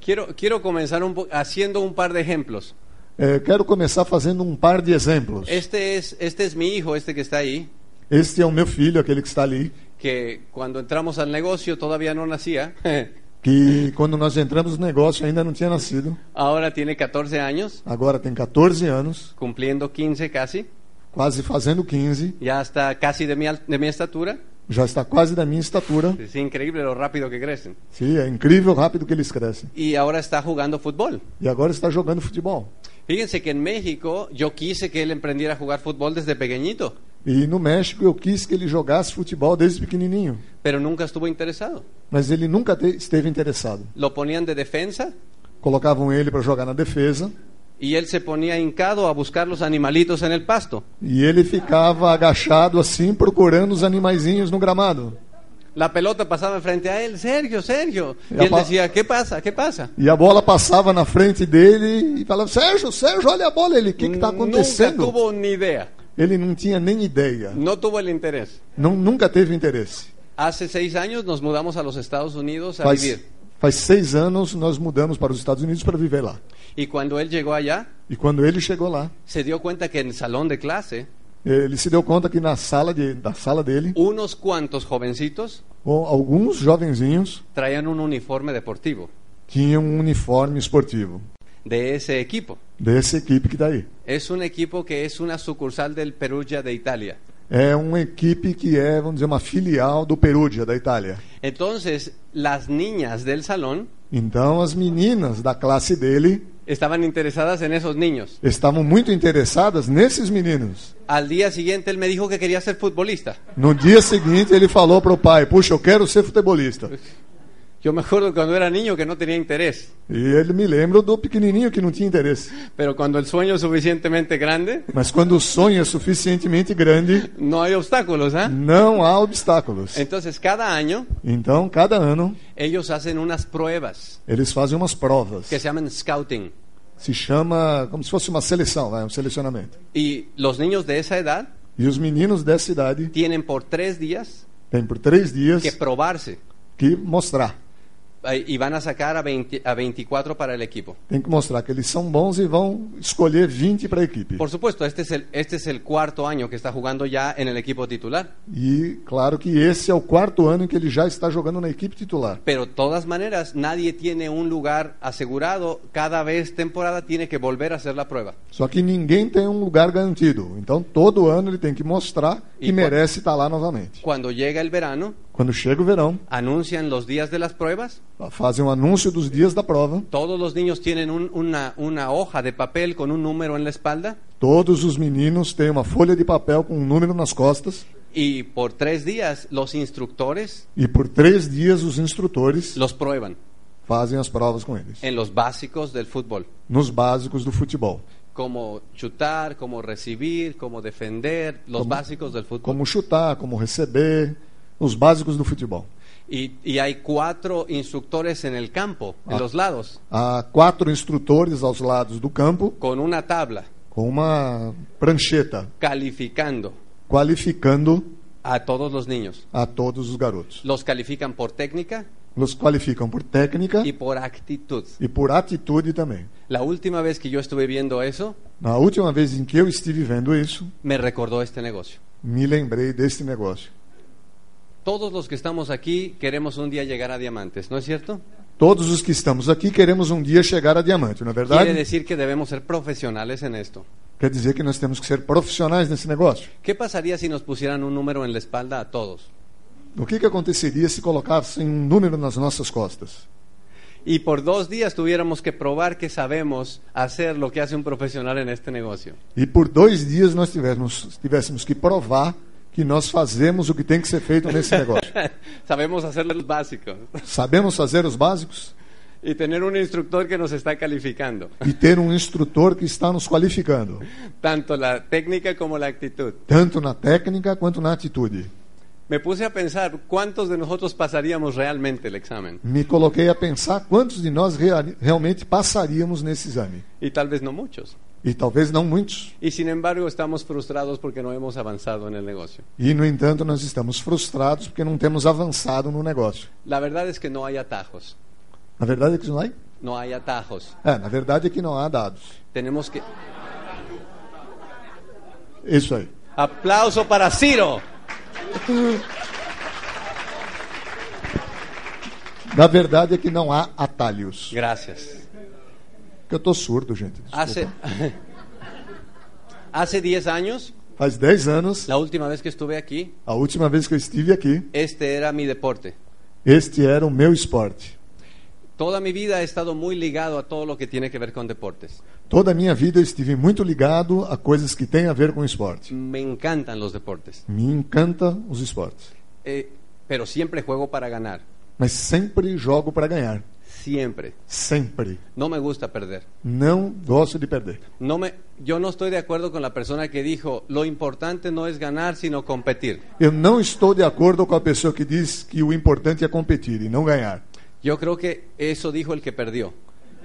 Quiero, quiero comenzar un po- haciendo un par de ejemplos. É, quero começar fazendo um par de exemplos. Este es, este es mi hijo, este que está ahí, Este é o meu filho, aquele que está ali, que cuando entramos al negocio todavía no nacía. que quando nós entramos no negócio ainda não tinha nascido, Ahora tiene 14 años, agora tem 14 anos, cumpliendo 15 casi. quase fazendo 15, Ya está casi de mi, al- de mi estatura. já está quase da minha estatura. Es increíble lo rápido que crecen. Sim, é incrível o rápido que eles crescem. Y ahora está jugando fútbol. E agora está jogando futebol. Fíjense que en México yo quise que él emprendiera a jugar fútbol desde pequeñito, E no México eu quis que ele jogasse futebol desde pequenininho, pero nunca estuvo interesado. mas ele nunca te- esteve interessado. Lo ponían de defensa Colocavam ele para jogar na defesa y él se ponía hincado a buscar los animalitos en el pasto. e ele ficava agachado assim procurando os animaizinhos no gramado. La pelota pasaba enfrente a él, Sergio, Sergio. Y Ya él pa- decía, ¿qué pasa? ¿Qué pasa? E a bola passava na frente dele e falava: Sérgio, Sérgio, olha a bola. Ele, o que está Nunca acontecendo? tuvo ni idea, Ele não tinha nem ideia, no tuvo el interés. não, nunca teve interesse. Hace seis años nos mudamos a los Estados Unidos a Faz, vivir. faz seis anos nós mudamos para os Estados Unidos para viver lá. Y cuando él llegó allá, E quando ele chegou lá, se dio cuenta que en el salón de clase, ele se deu conta que na sala, de, da sala dele, unos cuantos jovencitos o- alguns jovenzinhos traían un uniforme deportivo tinham um uniforme esportivo de ese equipo. dessa equipe que está aí. Es un equipo que es una sucursal del Perugia de Italia. É uma equipe que é, vamos dizer, uma filial do Perugia, da Itália. Entonces, las niñas del salón Então, as meninas da classe dele estaban interesadas en esos niños. estavam muito interessadas nesses meninos. Al día siguiente él me dijo que quería ser futbolista. No dia seguinte, ele falou para o pai: Puxa, eu quero ser futebolista. Yo me acuerdo cuando era niño que no tenía interés, E ele me lembra do pequenininho que não tinha interesse. pero cuando el sueño es suficientemente grande, Mas quando o sonho é suficientemente grande, no hay obstáculos, ¿ah? não há obstáculos. Entonces, cada año Então, cada ano, ellos hacen unas pruebas eles fazem umas provas. que se llaman scouting. Se chama como se fosse uma seleção, vai, um selecionamento. Y los niños de esa edad E os meninos dessa idade tienen por tres días têm por três dias que probarse que mostrar. eh, y van a sacar a, 20 a 24 para el equipo. Tem que mostrar que eles são bons e vão escolher 20 para a equipe. Por supuesto, este es, el, este es el cuarto año que está jugando ya en el equipo titular, E claro que esse é o quarto ano em que ele já está jogando na equipe titular. pero de todas maneras nadie tiene un lugar asegurado, cada vez temporada tiene que volver a hacer la prueba. Só que ninguém tem um lugar garantido. Então todo ano ele tem que mostrar E que quando- merece estar lá novamente. Cuando llega el verano, Quando chega o verão, anuncian los días de las pruebas, fazem um anúncio dos dias da prova. todos los niños tienen un- una, una hoja de papel con un número en la espalda Todos os meninos têm uma folha de papel com um número nas costas. y por tres días los instructores E por três dias os instrutores los prueban fazem as provas com eles. en los básicos del fútbol, Nos básicos do futebol. como chutar, como recibir, como defender, los Como- básicos del fútbol. Como chutar, como receber. Os básicos do futebol. Y, y hay cuatro instructores en el campo, en Ah. los lados, Há quatro instrutores aos lados do campo con una tabla, com uma prancheta calificando qualificando a todos los niños. a todos os garotos. Los califican por técnica, Los cualifican por técnica y por actitud. e por atitude também. La última vez que yo estuve viendo eso, Na última vez em que eu estive vendo isso, me recordó este negocio. me lembrei deste negócio. Todos los que estamos aquí queremos un día llegar a diamantes, ¿no es cierto? Todos os que estamos aqui queremos um dia chegar a diamante, não é Quiere verdade? decir que debemos ser profesionales en esto. Quer dizer que nós temos que ser profissionais nesse negócio. ¿Qué pasaría si nos pusieran un número en la espalda a todos? O que, que aconteceria se colocassem um número nas nossas costas? Y por dos días tuviéramos que probar que sabemos hacer lo que hace un profesional en este negocio. E por dois dias nós tivéssemos, tivéssemos que provar que nós fazemos o que tem que ser feito nesse negócio. Sabemos hacer los básicos. Sabemos fazer os básicos Y tener un instructor que nos está calificando. e ter um instrutor que está nos qualificando, Tanto la técnica como la actitud. tanto na técnica quanto na atitude. Me puse a pensar cuántos de nosotros pasaríamos realmente el examen. Me coloquei a pensar quantos de nós rea- realmente passaríamos nesse exame. Y tal vez no muchos. E talvez não muitos. Y sin embargo estamos frustrados porque no hemos avanzado en el negocio. E, no entanto, nós estamos frustrados porque não temos avançado no negócio. La verdad es que no hay atajos. Na verdade é que não há? No hay atajos. É, na verdade é que não há dados. Tenemos que... Isso aí. Aplauso para Ciro. Na verdade é que não há atalhos. Gracias. Porque eu tô surdo, gente. desculpa. Hace... Hace 10 años, Faz 10 anos, la última vez que estuve aquí, a última vez que eu estive aqui, este era mi deporte. este era o meu esporte. Toda mi vida he estado muy ligado a todo lo que tiene que ver con deportes. Toda a minha vida eu estive muito ligado a coisas que têm a ver com esporte. Me encantan los deportes, Me encanta os esportes. Eh, pero siempre juego para ganar, Mas sempre jogo para ganhar. siempre. Sempre. No me gusta perder. Não gosto de perder. No me, yo no estoy de acuerdo con la persona que dijo lo importante no es ganar sino competir. Eu não estou de acordo com a pessoa que diz que o importante é competir e não ganhar. Yo creo que eso dijo el que perdió,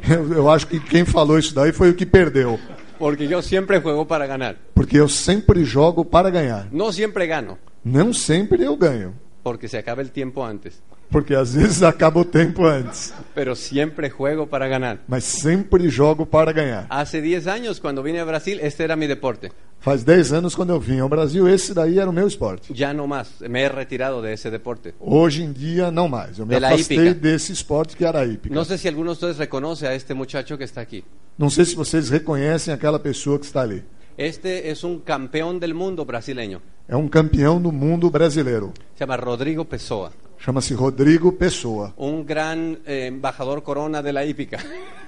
Eu, eu acho que quem falou isso daí foi o que perdeu. porque yo siempre juego para ganar. Porque eu sempre jogo para ganhar. No siempre gano, Não sempre eu ganho. porque se acaba el tiempo antes, Porque às vezes acaba o tempo antes. pero siempre juego para ganar. Mas sempre jogo para ganhar. Hace 10 años cuando vine a Brasil, este era mi deporte. Faz 10 anos quando eu vim ao Brasil, esse daí era o meu esporte. Ya no más, me he retirado de ese deporte. Hoje em dia, não mais. Eu me Pela afastei hípica. desse esporte que era a hípica. No sé si alguno de ustedes reconoce a este muchacho que está aquí. Não sei se vocês reconhecem aquela pessoa que está ali. Este es un campeón del mundo brasileño. É um campeão do mundo brasileiro. Se llama Rodrigo Pessoa, Chama-se Rodrigo Pessoa. un gran eh, embajador corona de la hípica.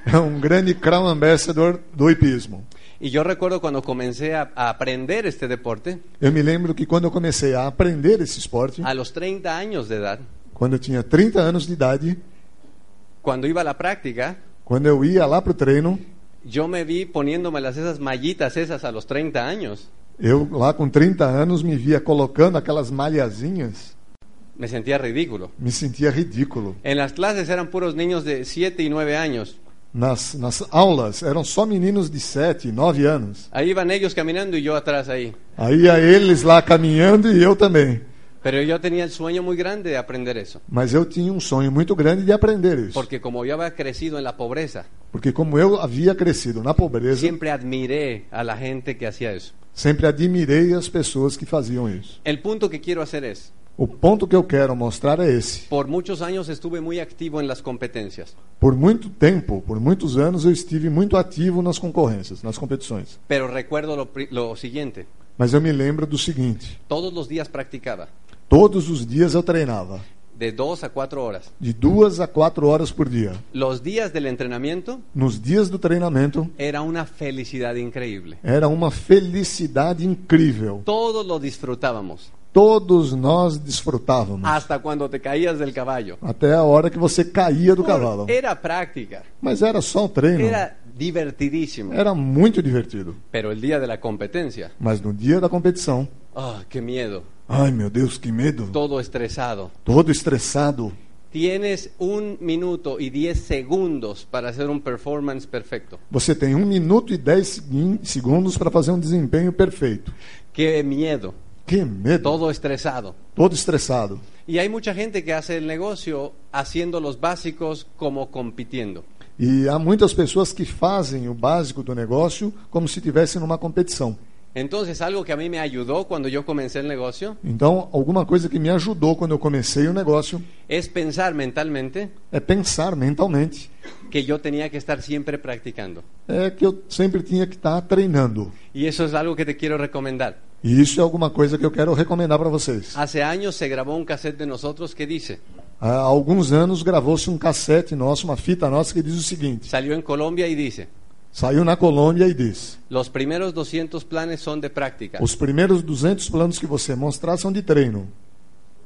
É um grande crown ambassador do hipismo. Y yo recuerdo cuando comencé a, a aprender este deporte, Eu me lembro que quando eu comecei a aprender esse esporte, a los 30 años de edad, quando eu tinha 30 anos de idade, cuando iba a la práctica, quando eu ia lá pro treino, yo me vi poniéndome las esas mallitas esas a los 30 años. eu lá com 30 anos me via colocando aquelas malhazinhas, Me sentía ridículo. me sentia ridículo. En las clases eran puros niños de 7 y 9 años. Nas, nas aulas eram só meninos de 7, 9 anos. Ahí iban ellos caminando y yo atrás ahí. Aí ia eles lá caminhando e eu também. Pero yo tenía el sueño muy grande de aprender eso. Mas eu tinha um sonho muito grande de aprender isso. Porque como yo había crecido en la pobreza, Porque como eu havia crescido na pobreza, siempre admiré a la gente que hacía eso. sempre admirei as pessoas que faziam isso. El punto que quiero hacer es, O ponto que eu quero mostrar é esse. por muchos años estuve muy activo en las competencias, Por muito tempo, por muitos anos, eu estive muito ativo nas concorrências, nas competições. pero recuerdo lo, pri- lo siguiente, Mas eu me lembro do seguinte: todos los días practicaba, todos os dias eu treinava, de dos a cuatro horas. de duas a quatro horas por dia. Los días del entrenamiento Nos dias do treinamento, era una felicidad increíble. era uma felicidade incrível. Todos lo disfrutábamos, Todos nós desfrutávamos. hasta cuando te caías del caballo. Até a hora que você caía do cavalo. Era práctica, Mas era só um treino. era divertidísimo, Era muito divertido. pero el día de la competencia, Mas no dia da competição, ah, qué miedo, ai meu Deus, que medo! todo estresado. Todo estressado. Tienes un minuto y diez segundos para hacer un performance perfecto. Você tem 1 minuto e 10 segui- segundos para fazer um desempenho um perfeito. Qué miedo. Que medo. todo estresado. Todo estressado. Y hay mucha gente que hace el negocio haciendo los básicos como compitiendo. E há muitas pessoas que fazem o básico do negócio como se estivessem numa competição. Entonces, algo que a mí me ayudó cuando yo comencé el negocio Então, alguma coisa que me ajudou quando eu comecei o negócio es pensar mentalmente é pensar mentalmente que yo tenía que estar siempre practicando. é que eu sempre tinha que estar treinando. Y eso es algo que te quiero recomendar. E isso é alguma coisa que eu quero recomendar para vocês. Hace años se grabó un cassette de nosotros que dice, Há alguns anos gravou-se um cassete nosso, uma fita nossa que diz o seguinte: salió en Colombia y dice, saiu na Colômbia e diz: los primeros 200 planes son de práctica, os primeiros 200 planos que você mostrar são de treino,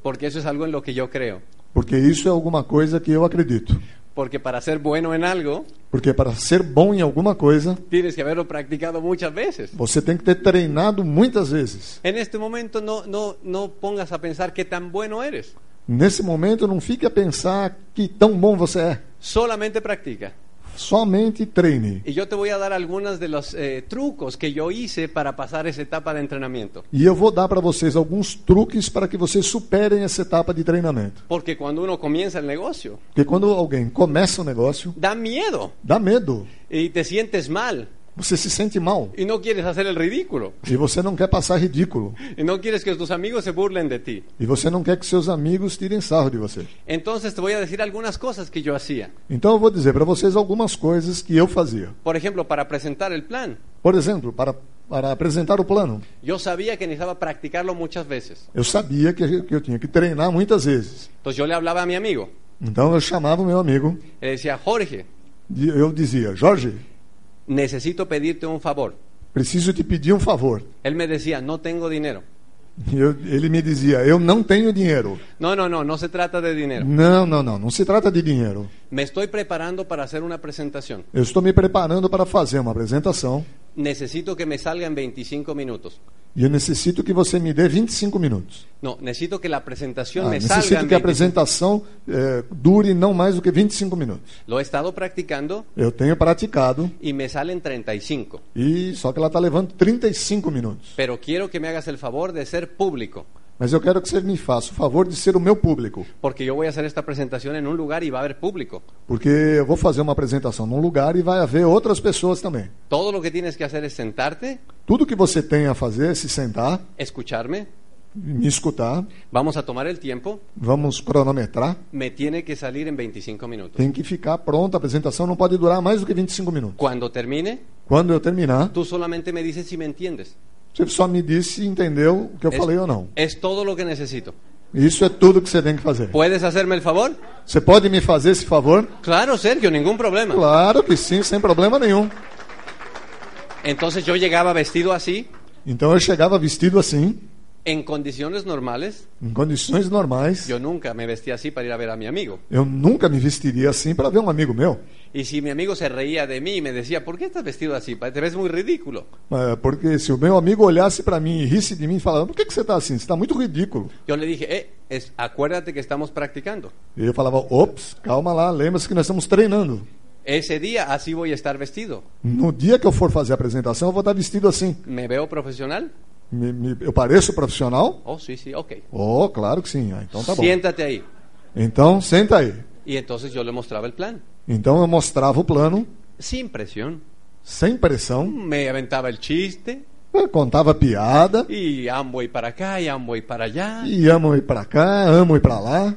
porque eso es algo en lo que yo creo. porque isso é alguma coisa que eu acredito. Porque para ser bueno en algo, Porque para ser bom em alguma coisa, tienes que haberlo practicado muchas veces. você tem que ter treinado muitas vezes. En este momento no, no, no pongas a pensar qué tan bueno eres. Nesse momento, não fique a pensar que tão bom você é. Solamente practica. Somente treine. Y yo te voy a dar algunos de los eh, trucos que yo hice para pasar esa etapa de entrenamiento. E eu vou dar para vocês alguns truques para que vocês superem essa etapa de treinamento. Porque cuando uno comienza el negocio, Porque quando alguém começa o negócio, da miedo dá medo. y te sientes mal Você se sente mal. y no quieres hacer el ridículo E você não quer passar ridículo. y no quieres que tus amigos se burlen de ti. E você não quer que seus amigos tirem sarro de você. Entonces te voy a decir algunas cosas que yo hacía. Então eu vou dizer para vocês algumas coisas que eu fazia. Por ejemplo, para presentar el plan, Por exemplo, para, para apresentar o plano, yo sabía que necesitaba praticarlo muchas veces. eu sabia que, que eu tinha que treinar muitas vezes. Entonces yo le hablaba a mi amigo, Então eu chamava o meu amigo le decía, Jorge, e eu dizia: Jorge, necesito pedirte un favor. preciso te pedir um favor. Él me decía, no tengo dinero. E eu- ele me dizia: Eu não tenho dinheiro. No, no, no, no se trata de dinero. Não, não, não, não se trata de dinheiro. Me estoy preparando para hacer una presentación. Eu estou me preparando para fazer uma apresentação Necesito que me salga en 25 minutos. e eu necessito que você me dê 25 minutos. No, necesito que la presentación Ah, me salga necessito en que 25. a apresentação eh, dure não mais do que 25 minutos. Lo he estado practicando Eu tenho praticado y me salen 35. e só que ela está levando 35 minutos. Pero quiero que me hagas el favor de ser público. Mas eu quero que você me faça o favor de ser o meu público, Porque yo voy a hacer esta presentación en un lugar y va a haber público. porque eu vou fazer uma apresentação num lugar e vai haver outras pessoas também. Todo lo que tienes que hacer es sentarte, Tudo que você tem a fazer é se sentar, escucharme. me escutar, Vamos a tomar el tiempo. vamos cronometrar, Me tiene que salir en 25 minutos. tem que ficar pronta, a apresentação não pode durar mais do que 25 minutos. Cuando termine, Quando eu terminar, tú solamente me dices si me entiendes. você só me diz se entendeu o que eu Es- falei ou não. Es todo lo que necesito. Isso é tudo que você tem que fazer. ¿Puedes hacerme el favor? Você pode me fazer esse favor? Claro, Sergio, ningún problema. Claro que sim, sem problema nenhum. Entonces yo llegaba vestido así, Então eu chegava vestido assim, en condiciones normales. em condições normais. Yo nunca me vestía así para ir a ver a mi amigo. Eu nunca me vestiria assim para ver um amigo meu. Y si mi amigo se reía de mí y me decía, ¿por qué estás vestido así? Pa- Te ves muy ridículo. É, Porque se o meu amigo olhasse para mim e risse de mim e falava, por que, que você está assim? Você está muito ridículo. Yo le dije, eh, es- acuérdate que estamos practicando. E eu falava, ops, calma lá, lembra-se que nós estamos treinando. Ese día así voy a estar vestido. No dia que eu for fazer a apresentação, eu vou estar vestido assim. ¿Me veo profesional? Me- me- eu pareço profissional? Oh, sí, sí, ok. Oh, claro que sim. Ah, então tá bom. Siéntate ahí. Então, senta aí. Y entonces yo le mostraba el plan. Então eu mostrava o plano, Sin presión. sem pressão, Me aventaba el chiste. eu contava piada, Y ambo y para acá, y ambo y para allá. e amo ir pra cá, amo ir pra lá.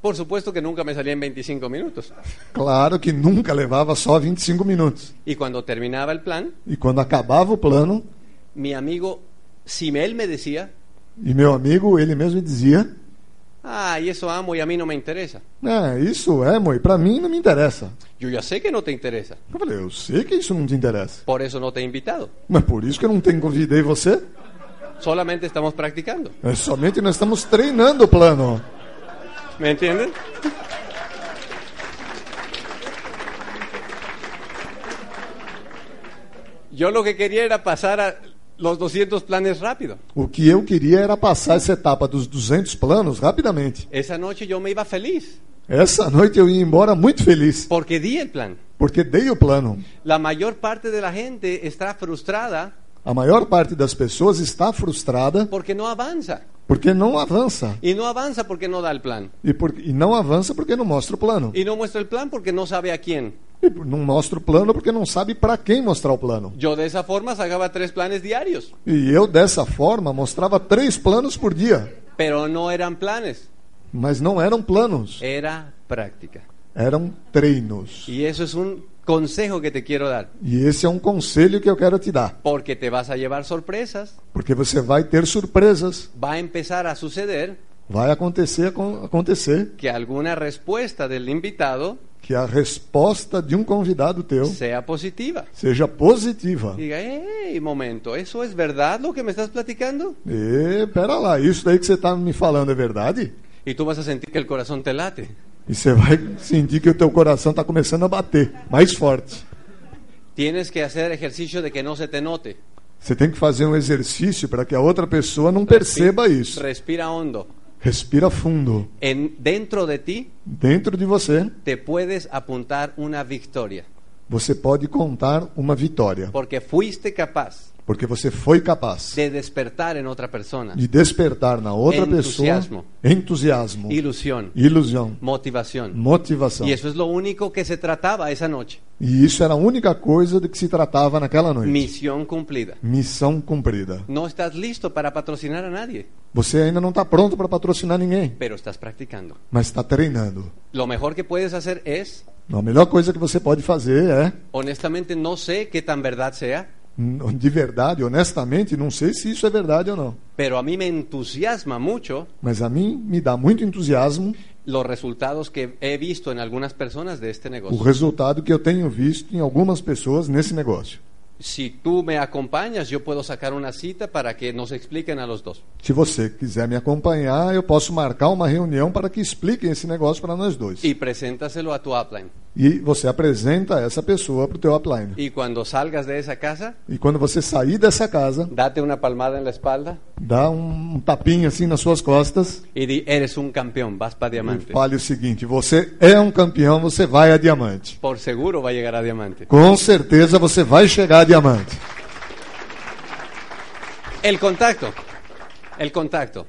Por supuesto que nunca me salía en 25 minutos. Claro que nunca levava só 25 minutos. Y cuando terminaba el plan, E quando acabava o plano, mi amigo, si él me decía, E meu amigo, ele mesmo dizia: ah, y eso amo y a mí no me interesa. É, isso é, moi, pra mim não me interessa. Yo ya sé que no te interesa, Eu falei: Eu sei que isso não te interessa, por eso no te he invitado. mas por isso que eu não tenho convidei você. Solamente estamos practicando. É somente nós estamos treinando o plano. ¿Me entiendes? Yo lo que quería era pasar a los 200 planes rápido. O que eu queria era passar essa etapa dos 200 planos rapidamente. Esa noche yo me iba feliz Essa noite eu ia embora muito feliz, porque di el plan. porque dei o plano. La mayor parte de la gente está frustrada A maior parte das pessoas está frustrada porque no avanza. porque não avança. Y no avanza porque no da el plan. E, por- e não avança porque não mostra o plano. Y no muestra el plan porque no sabe a quién. E por- não mostra o plano porque não sabe para quem mostrar o plano. Yo de esa forma sacaba tres planes diarios, E eu, dessa forma, mostrava três planos por dia. pero no eran planes, Mas não eram planos, era práctica. eram treinos. Y eso es un consejo que te quiero dar, E esse é um conselho que eu quero te dar. porque te vas a llevar sorpresas, Porque você vai ter surpresas. va a empezar a suceder Vai acontecer, acon- acontecer que alguna respuesta del invitado que a resposta de um convidado teu sea positiva. seja positiva. Y diga, hey, momento, ¿eso es verdad lo que me estás platicando? E, pera lá, isso daí que você está me falando é verdade? Y tú vas a sentir que el corazón te late. E você vai sentir que o teu coração está começando a bater mais forte. Tienes que hacer ejercicio de que no se te note. Você tem que fazer um exercício para que a outra pessoa não perceba isso. Respira hondo. Respira fundo. En, dentro de ti Dentro de você, te puedes apuntar una victoria, você pode contar uma vitória, porque fuiste capaz porque você foi capaz de despertar en otra persona de despertar na outra pessoa Entusiasmo. entusiasmo, ilusión, ilusão, motivación. motivação. Y eso es lo único que se trataba esa noche. E isso era a única coisa de que se tratava naquela noite. Misión cumplida. Missão cumprida. No estás listo para patrocinar a nadie, Você ainda não está pronto para patrocinar ninguém, pero estás practicando. mas está treinando. Lo mejor que puedes hacer es, A melhor coisa que você pode fazer é hum, honestamente não sé qué tan verdad sea, De verdade, honestamente, não sei se isso é verdade ou não. pero a mí me entusiasma mucho Mas a mim me dá muito entusiasmo los resultados que he visto en algunas personas de este o negocio. resultado que eu tenho visto em algumas pessoas nesse negócio. Si tú me acompañas, yo puedo sacar una cita para que nos expliquen a los dos. Se você quiser me acompanhar, eu posso marcar uma reunião para que expliquem esse negócio para nós dois. Y preséntaselo a tu upline. E você apresenta essa pessoa para o teu upline. Y cuando salgas de esa casa, E quando você sair dessa casa, date una palmada en la espalda dá um, um tapinha assim nas suas costas y di, eres un campeón, vas para e diamante. fale o seguinte: você é um campeão, você vai a diamante. Por seguro va a llegar a diamante. Com certeza você vai chegar a diamante. El contacto. El contacto.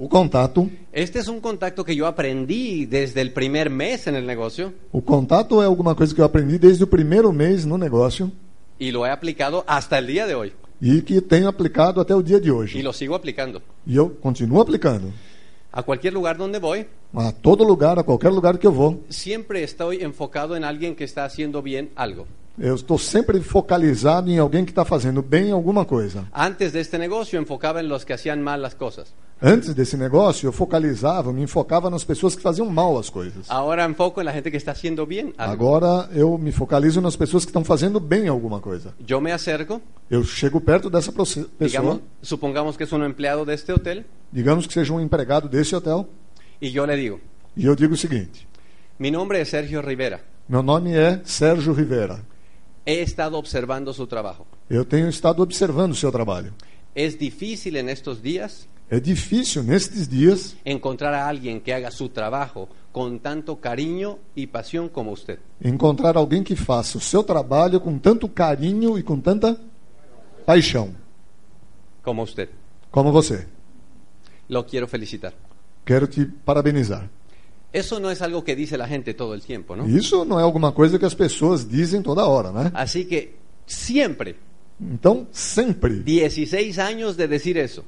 O contato Este es un contacto que yo aprendí desde el primer mes en el negocio O contato é alguma coisa que eu aprendi desde o primeiro mês no negócio y lo he aplicado hasta el día de hoy. e que tenho aplicado até o dia de Y hoje. lo sigo aplicando. E eu continuo aplicando. A cualquier lugar donde voy, A todo lugar, a qualquer lugar que eu vou, siempre estoy enfocado en alguien que está haciendo bien algo. eu estou sempre focalizado em alguém que está fazendo bem alguma coisa. Antes de este negocio enfocaba en los que hacían mal las cosas. Antes desse negócio, eu focalizava, me enfocava nas pessoas que faziam mal as coisas. Ahora enfoco en la gente que está haciendo bien algo. Agora eu me focalizo nas pessoas que estão fazendo bem alguma coisa. Yo me acerco, Eu chego perto dessa proce- digamos, pessoa, supongamos que es un empleado de este hotel, digamos que seja um empregado desse hotel, y yo le digo, e eu digo o seguinte: mi nombre es Sergio Rivera, meu nome é Sérgio Rivera. he estado observando su trabajo. Eu tenho estado observando o seu trabalho. Es difícil en estos días É difícil nestes dias encontrar a alguien que haga su trabajo con tanto cariño y pasión como usted. encontrar alguém que faça o seu trabalho com tanto carinho e com tanta paixão Como usted. como você. Lo quiero felicitar. Quero te parabenizar. Eso no es algo que dice la gente todo el tiempo, ¿no? Isso não é alguma coisa que as pessoas dizem toda hora, né? Así que siempre, Então, sempre, 16 años de decir eso,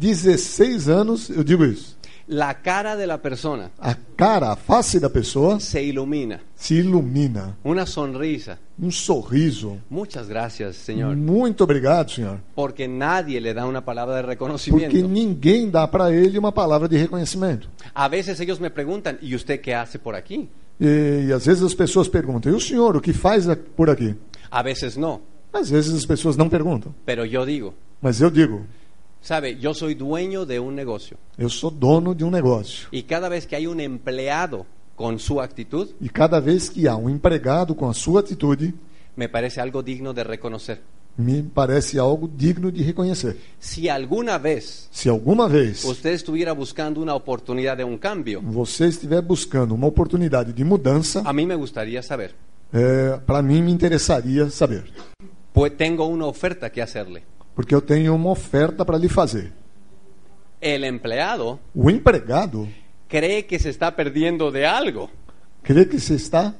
16 anos, eu digo isso. la cara de la persona A cara, a face da pessoa se ilumina. se ilumina. Una sonrisa. Um sorriso. Muchas gracias, señor. Muito obrigado, senhor. Porque nadie le da una palabra de Porque reconocimiento. ninguém dá para ele uma palavra de reconhecimento. A veces ellos me preguntan, ¿y usted qué hace por aquí? E, e às vezes as pessoas perguntam: e o senhor, o que faz a- por aqui? A veces no. Às vezes as pessoas não perguntam, Pero yo digo, mas eu digo: sabe, yo soy dueño de un negocio. eu sou dono de um negócio. Y cada vez que hay un empleado con su actitud, E cada vez que há um empregado com a sua atitude, me parece algo digno de reconocer. me parece algo digno de reconhecer. Si alguna vez Se alguma vez usted estuviera buscando una oportunidad de un cambio, você estiver buscando uma oportunidade de mudança, a mí me gustaría saber. é, para mim me interessaria saber. Pues tengo una oferta que hacerle. Porque eu tenho uma oferta para lhe fazer. El empleado O empregado cree que se está perdiendo de algo. crê que se está.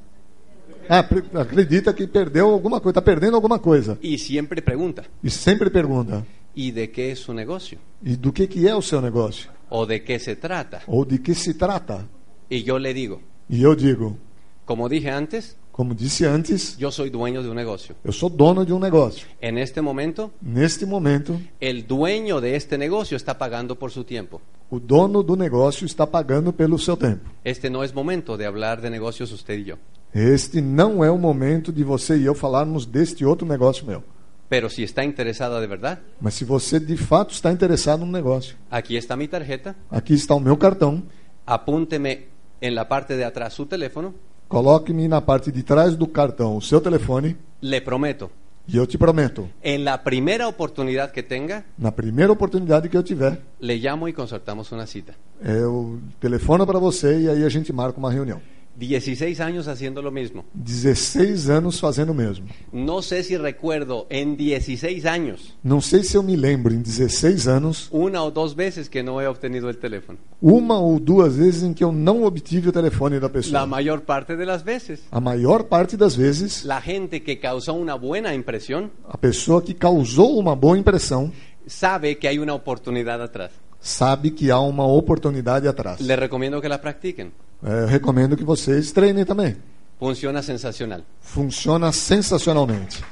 Ah, pre- acredita que perdeu alguma coisa, está perdendo alguma coisa. Y siempre pregunta, E sempre pergunta: ¿y de qué es su negocio? e do que, que é o seu negócio? ¿O de qué se trata? Ou de que se trata? Y yo le digo, E eu digo: como dije antes, como disse antes, yo soy dueño de un negocio. eu sou dono de um negócio. En este momento, Neste momento, el dueño de este negocio está pagando por su tiempo. o dono do negócio está pagando pelo seu tempo. Este no es momento de hablar de negocios usted y yo. Este não é o momento de você e eu falarmos deste outro negócio meu. Pero si está interesada de verdad, Mas se você de fato está interessado no negócio, aquí está mi tarjeta. aqui está o meu cartão. Apúnteme en la parte de atrás su teléfono. Coloque-me na parte de trás do cartão o seu telefone Le prometo, e eu te prometo, en la primera oportunidad que tenga, na primeira oportunidade que eu tiver, le llamo y concertamos una cita. eu telefono para você e aí a gente marca uma reunião. 16 años haciendo lo mismo. 16 anos fazendo o mesmo. No sé si recuerdo en 16 años Não sei se eu me lembro em 16 anos, una o dos veces que no he obtenido el teléfono. uma ou duas vezes em que eu não obtive o telefone da La pessoa. mayor parte de las veces. A maior parte das vezes, La gente que causó una buena impresión a pessoa que causou uma boa impressão sabe que hay una oportunidad atrás. sabe que há uma oportunidade atrás. Les recomiendo que la practiquen. É, eu recomendo que vocês treinem também. Funciona sensacional. Funciona sensacionalmente.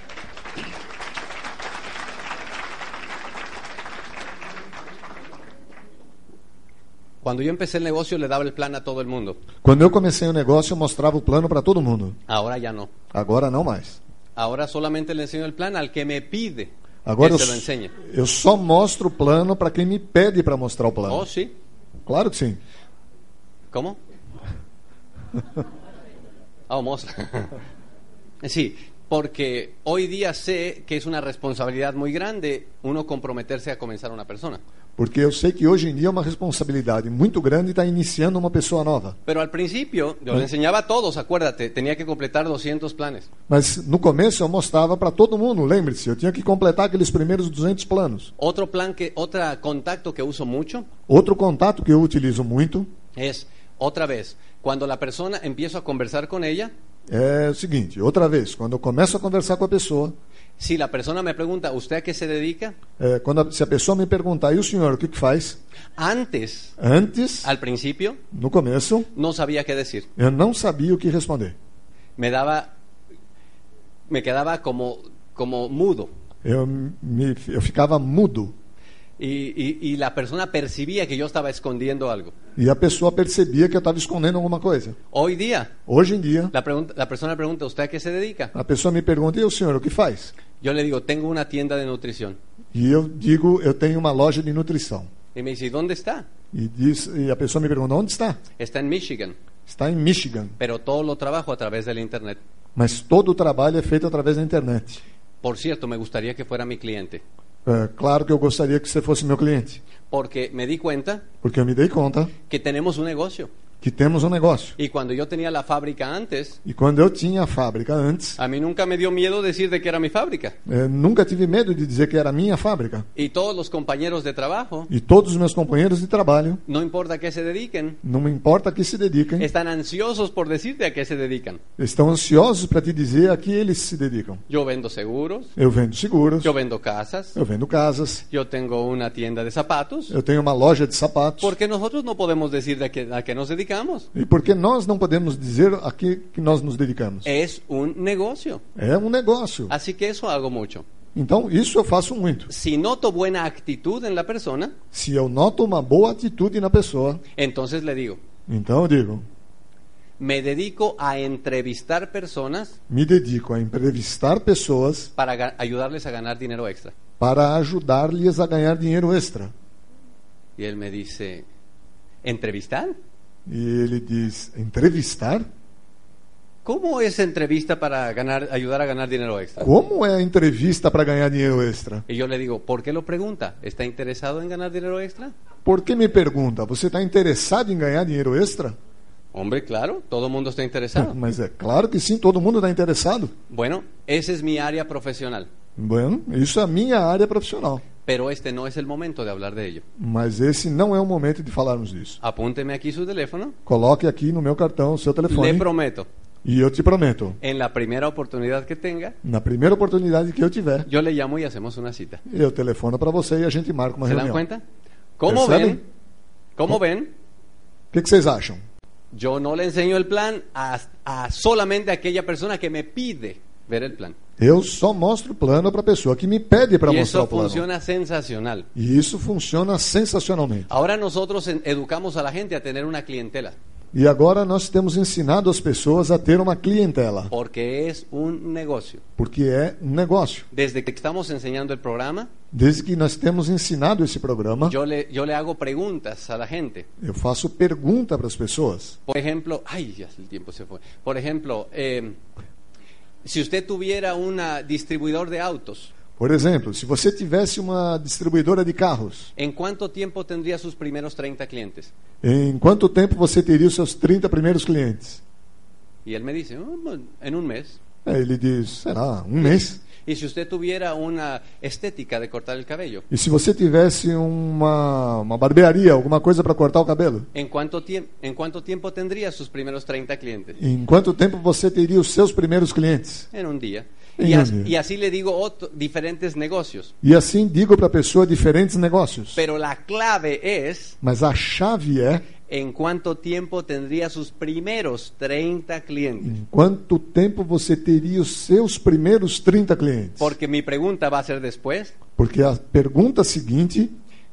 Cuando yo empecé el negocio le daba el plan a todo el mundo. Quando eu comecei o negócio, eu mostrava o plano para todo mundo. Ahora ya no. Agora não mais. Ahora solamente le enseño el plan al que me pide Agora que se lo eu, enseñe. eu só mostro o plano para quem me pede para mostrar o plano. Oh, sí. Claro que sim. ¿Cómo? Vamos. sí, porque hoy día sé que es una responsabilidad muy grande uno comprometerse a comenzar una persona. Porque eu sei que hoje em dia é uma responsabilidade muito grande estar iniciando uma pessoa nova. Pero al principio yo Ah. le enseñaba a todos, acuérdate, tenía que completar 200 planes. Mas no começo eu mostrava para todo mundo, lembre-se, eu tinha que completar aqueles primeiros 200 planos. Otro plan que otro contacto que uso mucho Outro contato que eu utilizo muito es otra vez, cuando la persona empiezo a conversar con ella, é o seguinte: outra vez, quando eu começo a conversar com a pessoa, si la persona me pregunta, "¿Usted a qué se dedica?" é, quando a- se a pessoa me perguntar, e o senhor, o que, que faz? Antes, Antes, al principio, no começo, no sabía qué decir. eu não sabia o que responder. me daba me quedaba como como mudo Eu, me, eu ficava mudo y, y- y la persona percibía que yo estaba escondiendo algo e a pessoa percebia que eu estava escondendo alguma coisa. hoy día Hoje em dia, la, pregunta- la persona pregunta usted a qué se dedica a pessoa me pergunta, e o senhor, o que faz? yo le digo tengo una tienda de nutrición E eu digo, eu tenho uma loja de nutrição. y me dice "¿Y dónde está E, diz, e a pessoa me pergunta, onde está? está en Michigan Está em Michigan. pero todo lo trabajo a través del internet Mas todo o trabalho é feito através da internet. por cierto me gustaría que fuera mi cliente É, claro que eu gostaria que você fosse meu cliente, porque me di cuenta porque eu me dei conta que tenemos un negocio que temos um negócio. y cuando yo tenía la fábrica antes E quando eu tinha a fábrica antes, a mí nunca me dio miedo decir de que era mi fábrica é, nunca tive medo de dizer que era minha fábrica. y todos los compañeros de trabajo E todos os meus companheiros de trabalho, No importa a qué se dediquen, não me importa a que se dediquem, están ansiosos por decirte a qué se dedican. estão ansiosos para te dizer a que eles se dedicam. Yo vendo seguros, Eu vendo seguros, yo vendo casas, eu vendo casas, yo tengo una tienda de zapatos. eu tenho uma loja de sapatos. Porque nosotros no podemos decir de qué- a qué nos dedicamos. E por que nós não podemos dizer a que, que nós nos dedicamos? Es un negocio. É um negócio. Así que eso hago mucho. Então, isso eu faço muito. Si noto buena actitud en la persona, Se eu noto uma boa atitude na pessoa, entonces le digo, então eu digo, me dedico a entrevistar personas me dedico a entrevistar pessoas para ga- ayudarles a ganar dinero extra. para ajudar-lhes a ganhar dinheiro extra. Y él me dice, ¿entrevistar? E ele diz, entrevistar? ¿Cómo es entrevista para ganar, ayudar a ganar dinero extra? Como é a entrevista para ganhar dinheiro extra? Y yo le digo, ¿por qué lo pregunta? ¿Está interesado en ganar dinero extra? Por que me pergunta, você está interessado em ganhar dinheiro extra? Hombre, claro, todo el mundo está interesado. Mas é claro que sim, todo mundo está tá interessado. Bueno, esa es mi área profesional. Bueno, isso é a minha área profissional. Pero este no es el momento de hablar de ello. Mas esse não é o momento de falarmos disso. Apúnteme aquí su teléfono. Coloque aqui no meu cartão o seu Le telefone prometo, e eu te prometo, en la primera oportunidad que tenga, na primeira oportunidade que eu tiver, yo le llamo y hacemos una cita. eu telefono para você e a gente marca uma ¿Se dan reunião. cuenta? Como Perceben? ven, como ven, O que, que vocês acham? yo no le enseño el plan a, a solamente aquella persona que me pide ver el plan. Eu só mostro o plano para a pessoa que me pede para Y eso mostrar o plano. funciona sensacional. E isso funciona sensacionalmente. Ahora nosotros en- educamos a la gente a tener una clientela, E agora nós temos ensinado as pessoas a ter uma clientela, porque es un negocio. porque é um negócio. Desde que estamos enseñando el programa, Desde que nós temos ensinado esse programa, yo le, yo le hago preguntas a la gente. eu faço pergunta para as pessoas. Por ejemplo, ay, ya el tiempo se fue. Por ejemplo, eh, si usted tuviera un distribuidor de autos, Por exemplo, se você tivesse uma distribuidora de carros, ¿en cuánto tiempo tendría sus primeros 30 clientes? em quanto tempo você teria os seus 30 primeiros clientes? Y él me dice, "Oh, en un mes. Aí ele diz, será, um mês? Y si usted tuviera una estética de cortar el cabello, E se você tivesse uma, uma barbearia, alguma coisa para cortar o cabelo? ¿en cuánto, tiemp- ¿en cuánto tiempo tendría sus primeros 30 clientes? Em quanto tempo você teria os seus primeiros clientes? En un día. En Y, un as- día. y así le digo otro- diferentes negocios. E assim digo para a pessoa diferentes negócios. Pero la clave es Mas a chave é en cuánto tiempo tendría sus primeros 30 clientes. em quanto tempo você teria os seus primeiros 30 clientes. Porque mi pregunta va a ser después, Porque a pergunta seguinte,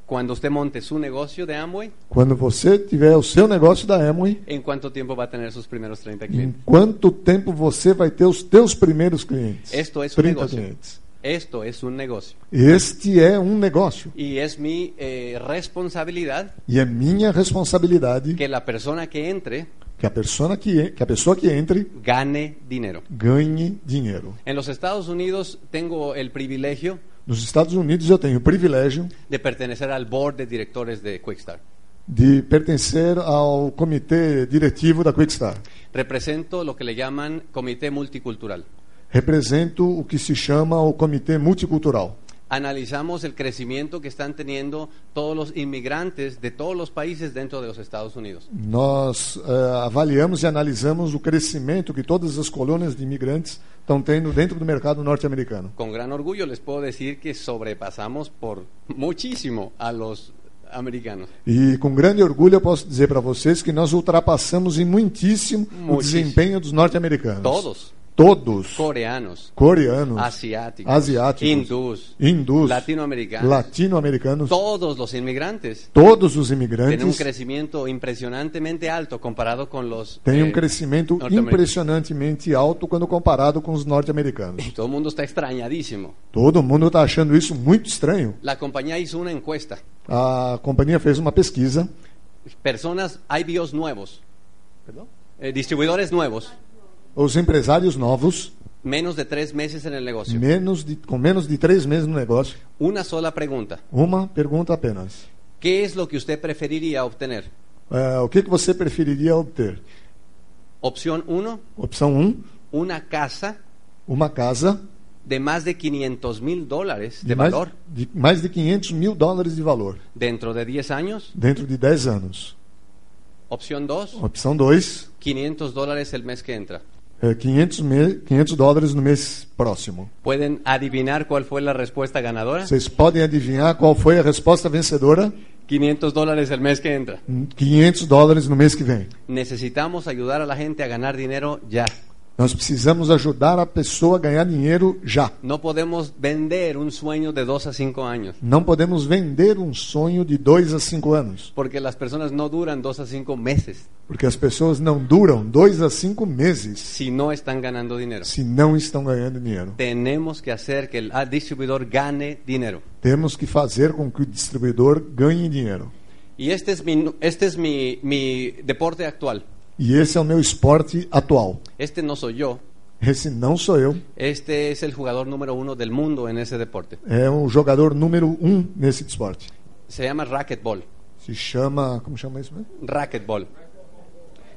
cuando usted monte su negocio de Amway, quando você tiver o seu negócio da Amway, ¿en cuánto tiempo va a tener sus primeros 30 em clientes? quanto tempo você vai ter os teus primeiros clientes? Esto é um 30 negócio. clientes. Esto es un negocio. Este é um negócio Y es mi eh, responsabilidad e é minha responsabilidade que la persona que entre que a pessoa que, en- que a pessoa que entre gane dinero. ganhe dinheiro. En los Estados Unidos tengo el privilegio Nos Estados Unidos eu tenho o privilégio de pertenecer al board de directores de Quickstart. de pertencer ao comitê diretivo da Quickstar. Represento lo que le llaman comité multicultural. Represento o que se chama o comitê multicultural. Analizamos el crecimiento que están teniendo todos los inmigrantes de todos los países dentro de los Estados Unidos. Nós eh, avaliamos e analisamos o crescimento que todas as colônias de imigrantes estão tendo dentro do mercado norte-americano. Con gran orgullo les puedo decir que sobrepasamos por muchísimo a los americanos. E com grande orgulho eu posso dizer para vocês que nós ultrapassamos em muitíssimo, o Muitíssimo. desempenho dos norte-americanos. Todos, Todos. coreanos, Coreanos. asiáticos, Asiáticos. hindús, Hindus. latinoamericanos, Latino-americanos. todos los inmigrantes Todos os tienen un imigrantes crecimiento impresionantemente alto comparado con los têm um eh, crescimento norteamericanos. impressionantemente alto quando comparado com os norte-americanos. Todo el mundo está extrañadísimo. Todo mundo está achando isso muito estranho. La compañía hizo una encuesta. A companhia fez uma pesquisa. Personas, IBOs nuevos, eh, distribuidores nuevos, Os empresários novos, menos de tres meses en el negocio. menos de- com menos de três meses no negócio, Una sola pregunta. uma pergunta apenas. ¿Qué es lo que usted preferiría obtener? É, o que, que você preferiria obter? Opción 1, Opção 1, um, una casa uma casa de más de 500 mil dólares de, mais, valor de mais de 500 mil dólares de valor dentro de 10 años. dentro de 10 anos. Opción 2, Opção 2, 500 dólares el mes que entra. é, 500, me, 500 dólares no mês próximo. ¿Pueden adivinar cuál fue la respuesta ganadora? Vocês podem adivinhar qual foi a resposta vencedora? 500 dólares el mes que entra. 500 dólares no mês que vem. Necesitamos ayudar a la gente a ganar dinero ya. Nós precisamos ajudar a pessoa a ganhar dinheiro já. No podemos vender un sueño de 2 a 5 años, Não podemos vender um sonho de dois a cinco anos, porque las personas no duran 2 a 5 meses porque as pessoas não duram dois a cinco meses si no están ganando dinero. se não estão ganhando dinheiro. Tenemos que hacer que el ah, distribuidor gane dinero. Temos que fazer com que o distribuidor ganhe dinheiro. Y este es mi, este es mi, mi deporte actual. E esse é o meu esporte atual. Este no soy yo. Esse não sou eu, Este es el jugador número uno del mundo en ese deporte. é o jogador número um nesse esporte. Se llama racquetball. Se chama. Como chama isso mesmo? Racquetball.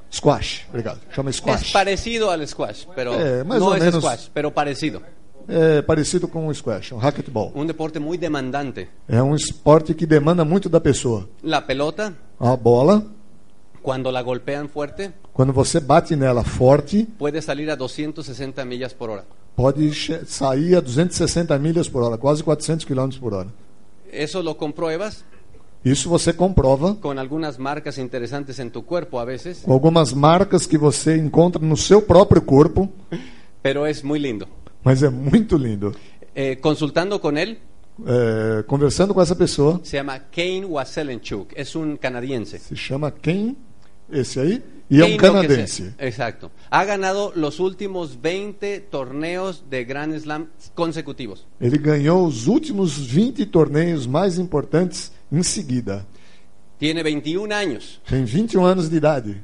Squash. Obrigado. Chama Es squash. parecido al squash, pero Eh, más no o es menos. squash, pero parecido. é parecido com o squash, um racquetball. Un deporte muy demandante. É um esporte que demanda muito da pessoa. La pelota, A bola, cuando la golpean fuerte, quando você bate nela forte, puede salir a 260 millas por hora. pode che- sair a 260 milhas por hora, quase 400 km por hora. Eso lo compruebas Isso você comprova con algunas marcas interesantes en tu cuerpo a veces, com algumas marcas que você encontra no seu próprio corpo, pero es muy lindo. mas é muito lindo. Eh, consultando con él, É, conversando com essa pessoa, se llama Kane Waselenchuk, es un canadiense. se chama quem? Esse aí? E é um Kane lo que sea. canadense. Exacto. Ha ganado los últimos 20 torneos de Grand Slam consecutivos. Ele ganhou os últimos 20 torneios mais importantes em seguida. Tiene 21 años. Tem 21 anos de idade.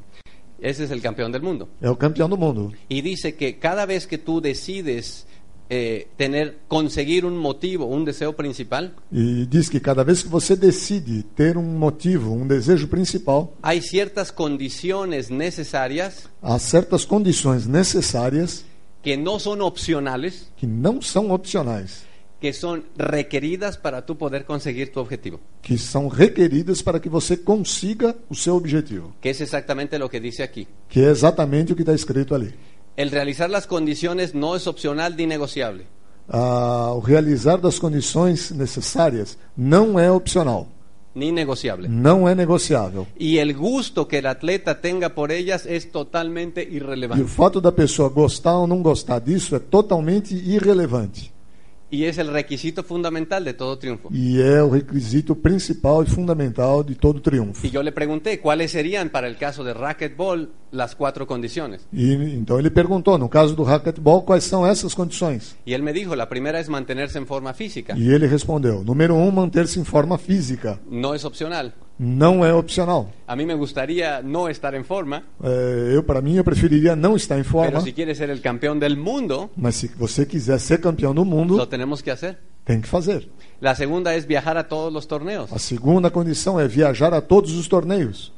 Ese es el campeón del mundo. É o campeão do mundo. Y dice que cada vez que tú decides eh, tener, conseguir un motivo, un deseo principal, E diz que cada vez que você decide ter um motivo, um desejo principal, hay ciertas condiciones necesarias há certas condições necessárias que no son opcionales, que não são opcionais, que son requeridas para tú poder conseguir tu objetivo. que são requeridas para que você consiga o seu objetivo, Que es exactamente lo que dice aquí. que é exatamente o que está escrito ali. El realizar las condiciones no es opcional ni negociable. Ah, o realizar das condições necessárias não é opcional, ni negociable. não é negociável. Y el gusto que el atleta tenga por ellas es totalmente E o irrelevante. fato da pessoa gostar ou não gostar disso é totalmente irrelevante. Y es el requisito fundamental de todo triunfo. E é o requisito principal e fundamental de todo triunfo. Y yo le pregunté cuáles serían para el caso de racquetball las cuatro condiciones. E, então ele perguntou, no caso do racquetball, quais são essas condições? Y él me dijo, la primera es mantenerse en forma física. E ele respondeu: número um, manter-se em forma física. No es opcional. Não é opcional. A mí me gustaría no estar en forma, É, eu, para mim, eu preferiria não estar em pero forma. si quieres ser el campeón del mundo, Mas se você quiser ser campeão do lo mundo, tenemos que hacer. tem que fazer. La segunda es viajar a todos los torneos. A segunda condição é viajar a todos os torneios.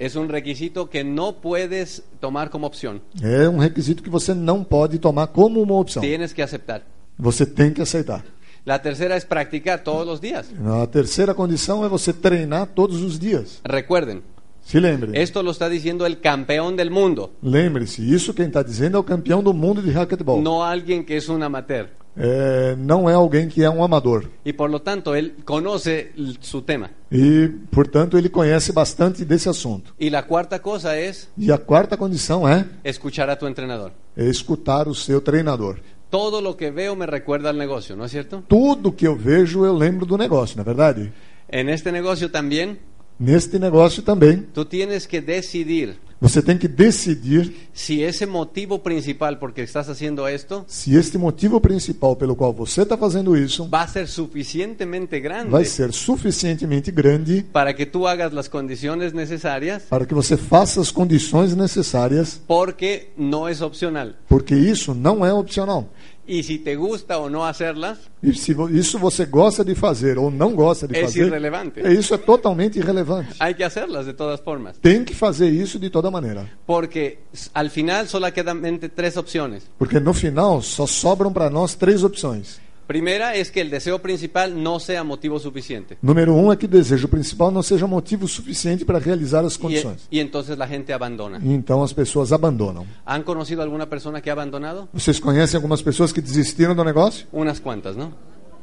Es un requisito que no puedes tomar como opción. É um requisito que você não pode tomar como uma opção. Tienes que aceptar. Você tem que aceitar. La tercera es practicar todos los días. A terceira condição é você treinar todos os dias. Recuerden, Se lembre. esto lo está diciendo el campeón del mundo, Lembre-se, isso quem está dizendo é o campeão do mundo de racquetball. no alguien que es un amateur. É, não é alguém que é um amador. Y por lo tanto, él conoce l- su tema. E, portanto, ele conhece bastante desse assunto. Y la cuarta cosa es E a quarta condição é escuchar a tu entrenador. escutar o seu treinador. Todo lo que veo me recuerda al negocio, ¿no es cierto? Tudo que eu vejo, eu lembro do negócio, na é verdade? En este negocio también, Neste negócio também, tú tienes que decidir você tem que decidir si ese motivo principal por que estás haciendo esto se este motivo principal pelo qual você está fazendo isso va a ser suficientemente grande vai ser suficientemente grande para que tú hagas las condiciones necesarias para que você faça as condições necessárias, porque no es opcional. porque isso não é opcional. Y si te gusta o no hacerlas, E se vo- isso você gosta de fazer ou não gosta de É fazer, irrelevante. é- isso é totalmente irrelevante. hay que hacerlas de todas formas. Tem que fazer isso de toda maneira, Porque s- al final solo quedan mente tres opciones. porque no final só sobram para nós três opções. Primera es que el deseo principal no sea motivo suficiente. Número um é que o desejo principal não seja motivo suficiente para realizar as Y, e- condições. y entonces la gente abandona. E então as pessoas abandonam. ¿Han conocido alguna persona que ha abandonado? Vocês conhecem algumas pessoas que desistiram do negócio? Unas cuantas, ¿no?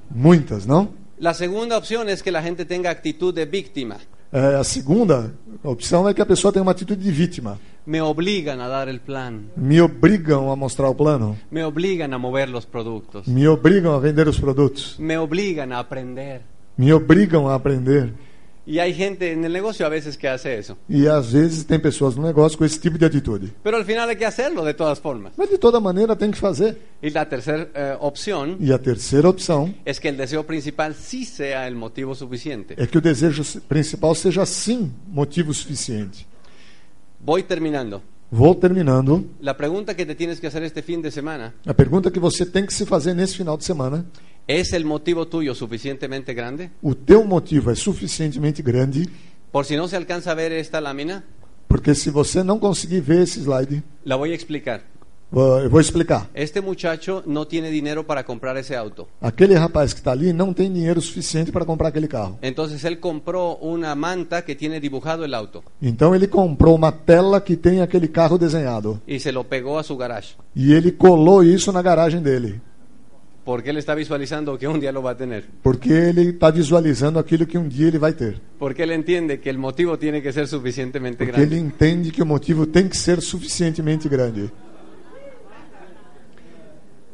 Muitas, não? La segunda opción es que la gente tenga actitud de víctima. É, a segunda opção é que a pessoa tenha uma atitude de vítima. Me obligan a dar el plan. Me obrigam a mostrar o plano, Me obligan a mover los productos. me obrigam a vender os produtos, Me obligan a aprender. me obrigam a aprender. Y hay gente en el negocio a veces que hace eso. E às vezes tem pessoas no negócio com esse tipo de atitude. Pero al final hay que hacerlo de todas formas. Mas de toda maneira tem que fazer. Y la tercera eh, opción E a terceira opção es que el deseo principal sí sea el motivo suficiente. é que o desejo principal seja sim motivo suficiente. Voy terminando. Vou terminando. La pregunta que te tienes que hacer este fin de semana, A pergunta que você tem que se fazer nesse final de semana: ¿es el motivo tuyo suficientemente grande? o teu motivo é suficientemente grande? Por si no se alcanza a ver esta lámina, Porque se você não conseguir ver esse slide, la voy a explicar. Ah, eu vou explicar. Este muchacho no tiene dinero para comprar ese auto. Aquele rapaz que está ali não tem dinheiro suficiente para comprar aquele carro. Entonces él compró una manta que tiene dibujado el auto Então ele comprou uma tela que tem aquele carro desenhado. y se lo pegó a su garage. E ele colou isso na garagem dele. Porque él está visualizando que un día lo va a tener. Porque ele está visualizando aquilo que um dia ele vai ter. Porque él entiende que el motivo tiene que ser suficientemente Porque ele grande. entende que o motivo tem que ser suficientemente grande.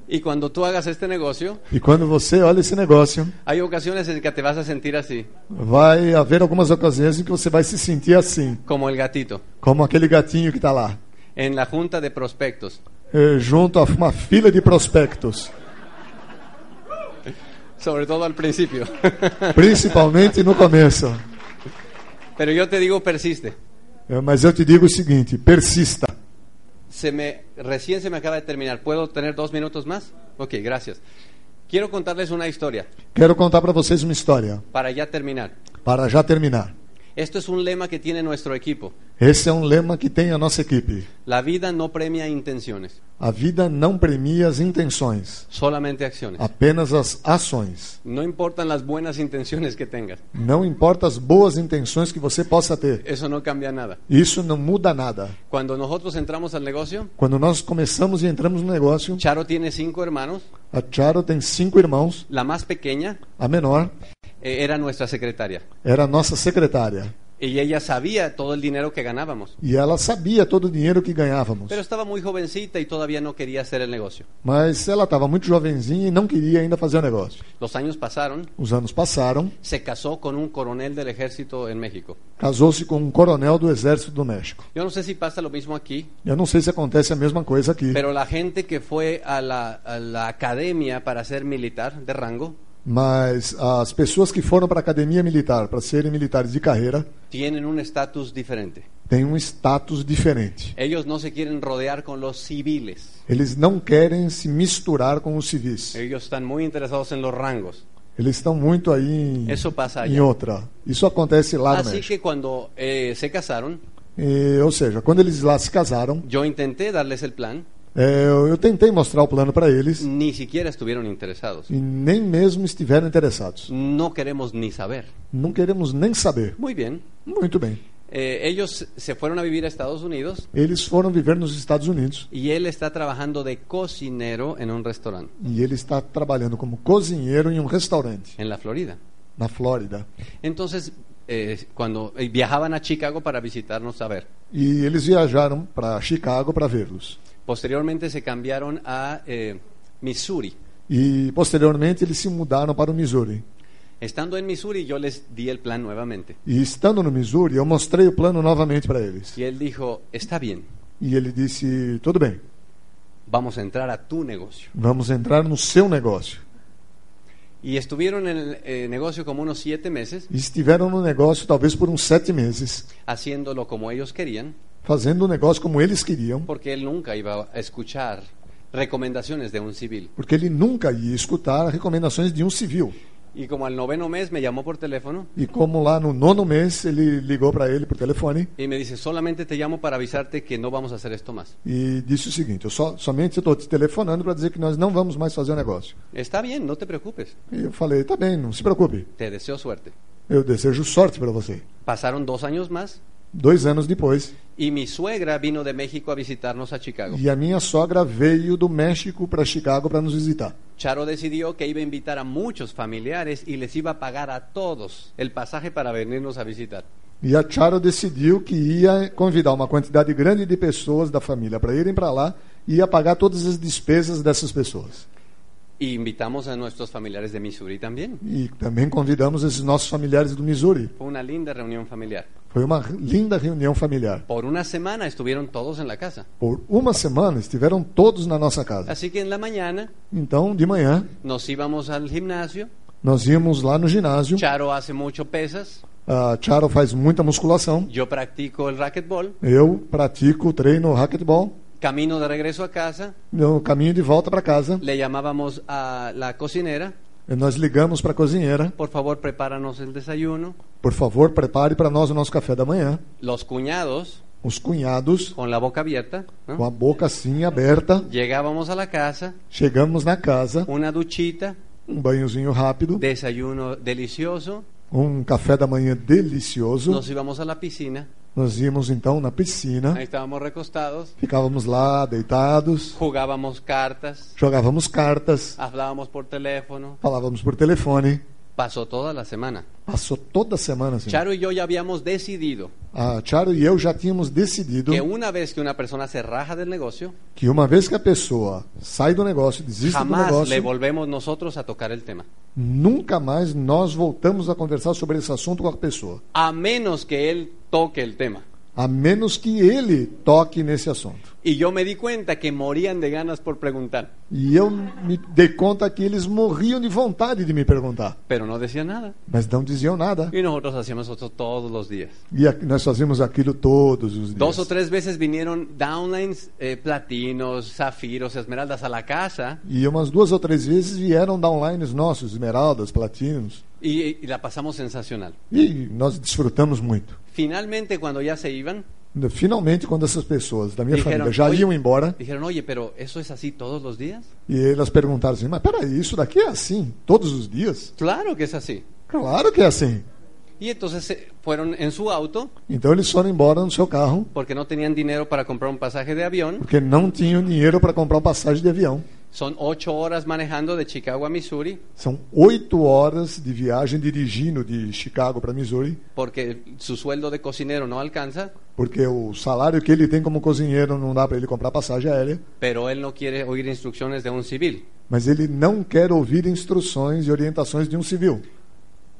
Y cuando tú hagas este negocio, E quando você olha esse negócio, hay ocasiones en que te vas a sentir así, vai haver algumas ocasiões em que você vai se sentir assim, como el gatito, como aquele gatinho que está lá, en la junta de prospectos. eh, junto a uma fila de prospectos, Sobre todo al principio. principalmente no começo. Pero yo te digo, persiste. Eh, Mas eu te digo o seguinte: persista. Se me, recién se me acaba de terminar. ¿Puedo tener dos minutos más? Ok, gracias. Quiero contarles una historia Quero contar para vocês uma história, para ya terminar. para já terminar. Esto es un lema que tiene nuestro equipo. Esse é um lema que tem a nossa equipe. La vida no premia intenciones, A vida não premia as intenções, solamente acciones. apenas as ações. No importan las buenas intenciones que tengas. Não importa as boas intenções que você possa ter, Eso no cambia nada. isso não muda nada. Cuando nosotros entramos al negocio, Quando nós começamos e entramos no negócio, Charo tiene cinco hermanos. a Charo tem cinco irmãos, La más pequeña a menor eh, era nuestra secretaria. era a nossa secretária Y ella sabía todo el dinero que ganábamos. e ela sabia todo o dinheiro que ganhávamos, Pero estaba muy jovencita y todavía no quería hacer el negocio. mas ela estava muito jovenzinha e não queria ainda fazer o negócio. Los años pasaron. Os anos passaram, Se casó con un coronel del ejército en México. casou-se com um coronel do exército do México. Yo no sé si pasa lo mismo aquí, Eu não sei se acontece a mesma coisa aqui, pero la gente que fue a la, a la academia para ser militar de rango mas as pessoas que foram para a academia militar para serem militares de carreira tienen un estatus diferente. têm um status diferente. Ellos no se quieren rodear con los civiles. Eles não querem se misturar com os civis. Ellos están muy interesados en los rangos. Eles estão muito aí em, Isso passa Assim em já. outra. Isso acontece lá no Así México. que cuando eh, se casaron, E, ou seja, quando eles lá se casaram, yo intenté darles el plan, é, eu, eu tentei mostrar o plano para eles ni siquiera estuvieron interesados. e nem mesmo estiveram interessados. No queremos ni saber. Não queremos nem saber. Muy bien. Muito bem. Eh, ellos se fueron a vivir a Estados Unidos Eles foram viver nos Estados Unidos y él está trabajando de cocinero en un restaurante e ele está trabalhando como cozinheiro em um restaurante en la Florida. na Flórida. Entonces, eh, cuando eh, viajaban a Chicago para visitarnos a ver, E eles viajaram para Chicago para vê-los. posteriormente se cambiaron a eh, Missouri. E posteriormente eles se mudaram para o Missouri. Estando en Missouri, yo les di el plan nuevamente. E estando no Missouri, eu mostrei o plano novamente para eles. Y él dijo, está bien, E ele disse: tudo bem, vamos a entrar a tu negocio. vamos entrar no seu negócio. Y estuvieron en el eh, negocio como unos siete meses, E estiveram no negócio talvez por uns sete meses, haciéndolo como ellos querían, fazendo o negócio como eles queriam, porque él nunca iba a escuchar recomendaciones de un civil. porque ele nunca ia escutar recomendações de um civil. Y como al noveno mes me llamó por teléfono E como lá no nono mês ele ligou para ele por telefone y me dice, solamente te llamo para avisarte que no vamos a hacer esto más. e disse o seguinte: eu só, somente estou te telefonando para dizer que nós não vamos mais fazer o negócio. Está bien, no te preocupes, E eu falei: tá bem, não se preocupe, te deseo suerte. eu desejo sorte para você. Pasaron dos años más Dois anos depois, y mi suegra vino de México a visitarnos a Chicago. e a minha sogra veio do México para Chicago para nos visitar. Charo decidió que iba a invitar a muchos familiares y les iba a pagar a todos el pasaje para venirnos a visitar. E a Charo decidiu que ia convidar uma quantidade grande de pessoas da família para irem para lá e ia pagar todas as despesas dessas pessoas. Y invitamos a nuestros familiares de Missouri también. E também convidamos esses nossos familiares do Missouri. Fue uma linda reunião familiar. Foi uma linda reunião familiar. Por una semana estuvieron todos en la casa. Por uma semana estiveram todos na nossa casa. Así que en la mañana Então, de manhã, nos íbamos al gimnasio. nós íamos lá no ginásio. Charo hace mucho pesas. A Charo faz muita musculação. Yo practico el racquetball. Eu pratico, treino racquetball. Camino de regreso a casa. No caminho de volta para casa, Le llamábamos a la cocinera. nós ligamos para a cozinheira. Por favor, prepáranos el desayuno. Por favor, prepare para nós o nosso café da manhã. Los cuñados os cunhados, con la boca abierta, ¿no? com a boca assim aberta, Llegábamos a la casa, chegamos na casa, una duchita, um banhozinho rápido, desayuno delicioso, um café da manhã delicioso. nos íbamos a la piscina, Nós íamos então na ahí piscina, estábamos recostados, ficávamos lá deitados, jugábamos cartas, jogávamos cartas, hablábamos por teléfono, falávamos por telefone. pasó toda la semana. Passou toda semana assim. Charo y yo ya habíamos decidido A Charo e eu já tínhamos decidido que é um una vez que una persona se raja del negocio, que uma vez que a pessoa sai do negócio, desiste do jamás le negócio, volvemos nosotros a tocar el tema. nunca mais nós voltamos a conversar sobre esse assunto com a pessoa, A menos que él toque el tema. a menos que ele toque nesse assunto. Y yo me di cuenta que morían de ganas por preguntar, E eu me dei conta que eles morriam de vontade de me perguntar, pero no decía nada. mas não diziam nada. Y nosotros hacíamos eso todos los días. E aqui- nós fazíamos aquilo todos os Dos o dias. tres veces vinieron downlines, eh, platinos, zafiros, esmeraldas a la casa E umas duas ou três vezes vieram downlines nossos, esmeraldas, platinos, y, y la pasamos sensacional. e nós desfrutamos muito. Finalmente, cuando ya se iban, Finalmente, quando essas pessoas da minha dijeron, família já "Oye", iam embora, dijeron, oye, pero ¿eso es así todos los días? E elas perguntaram assim: Mas peraí, isso daqui é assim? Todos os dias? Claro que es así. Claro que é assim. Y entonces se fueron en su auto Então eles foram embora no seu carro porque no tenían dinero para comprar un pasaje de avión. porque não tinham dinheiro para comprar uma passagem de avião. Son ocho horas manejando de Chicago a Missouri São oito horas de viagem dirigindo de Chicago para Missouri, porque su sueldo de cocinero no alcanza, porque o salário que ele tem como cozinheiro não dá para ele comprar passagem aérea. pero él no quiere oír instrucciones de un civil. Mas ele não quer ouvir instruções e orientações de um civil.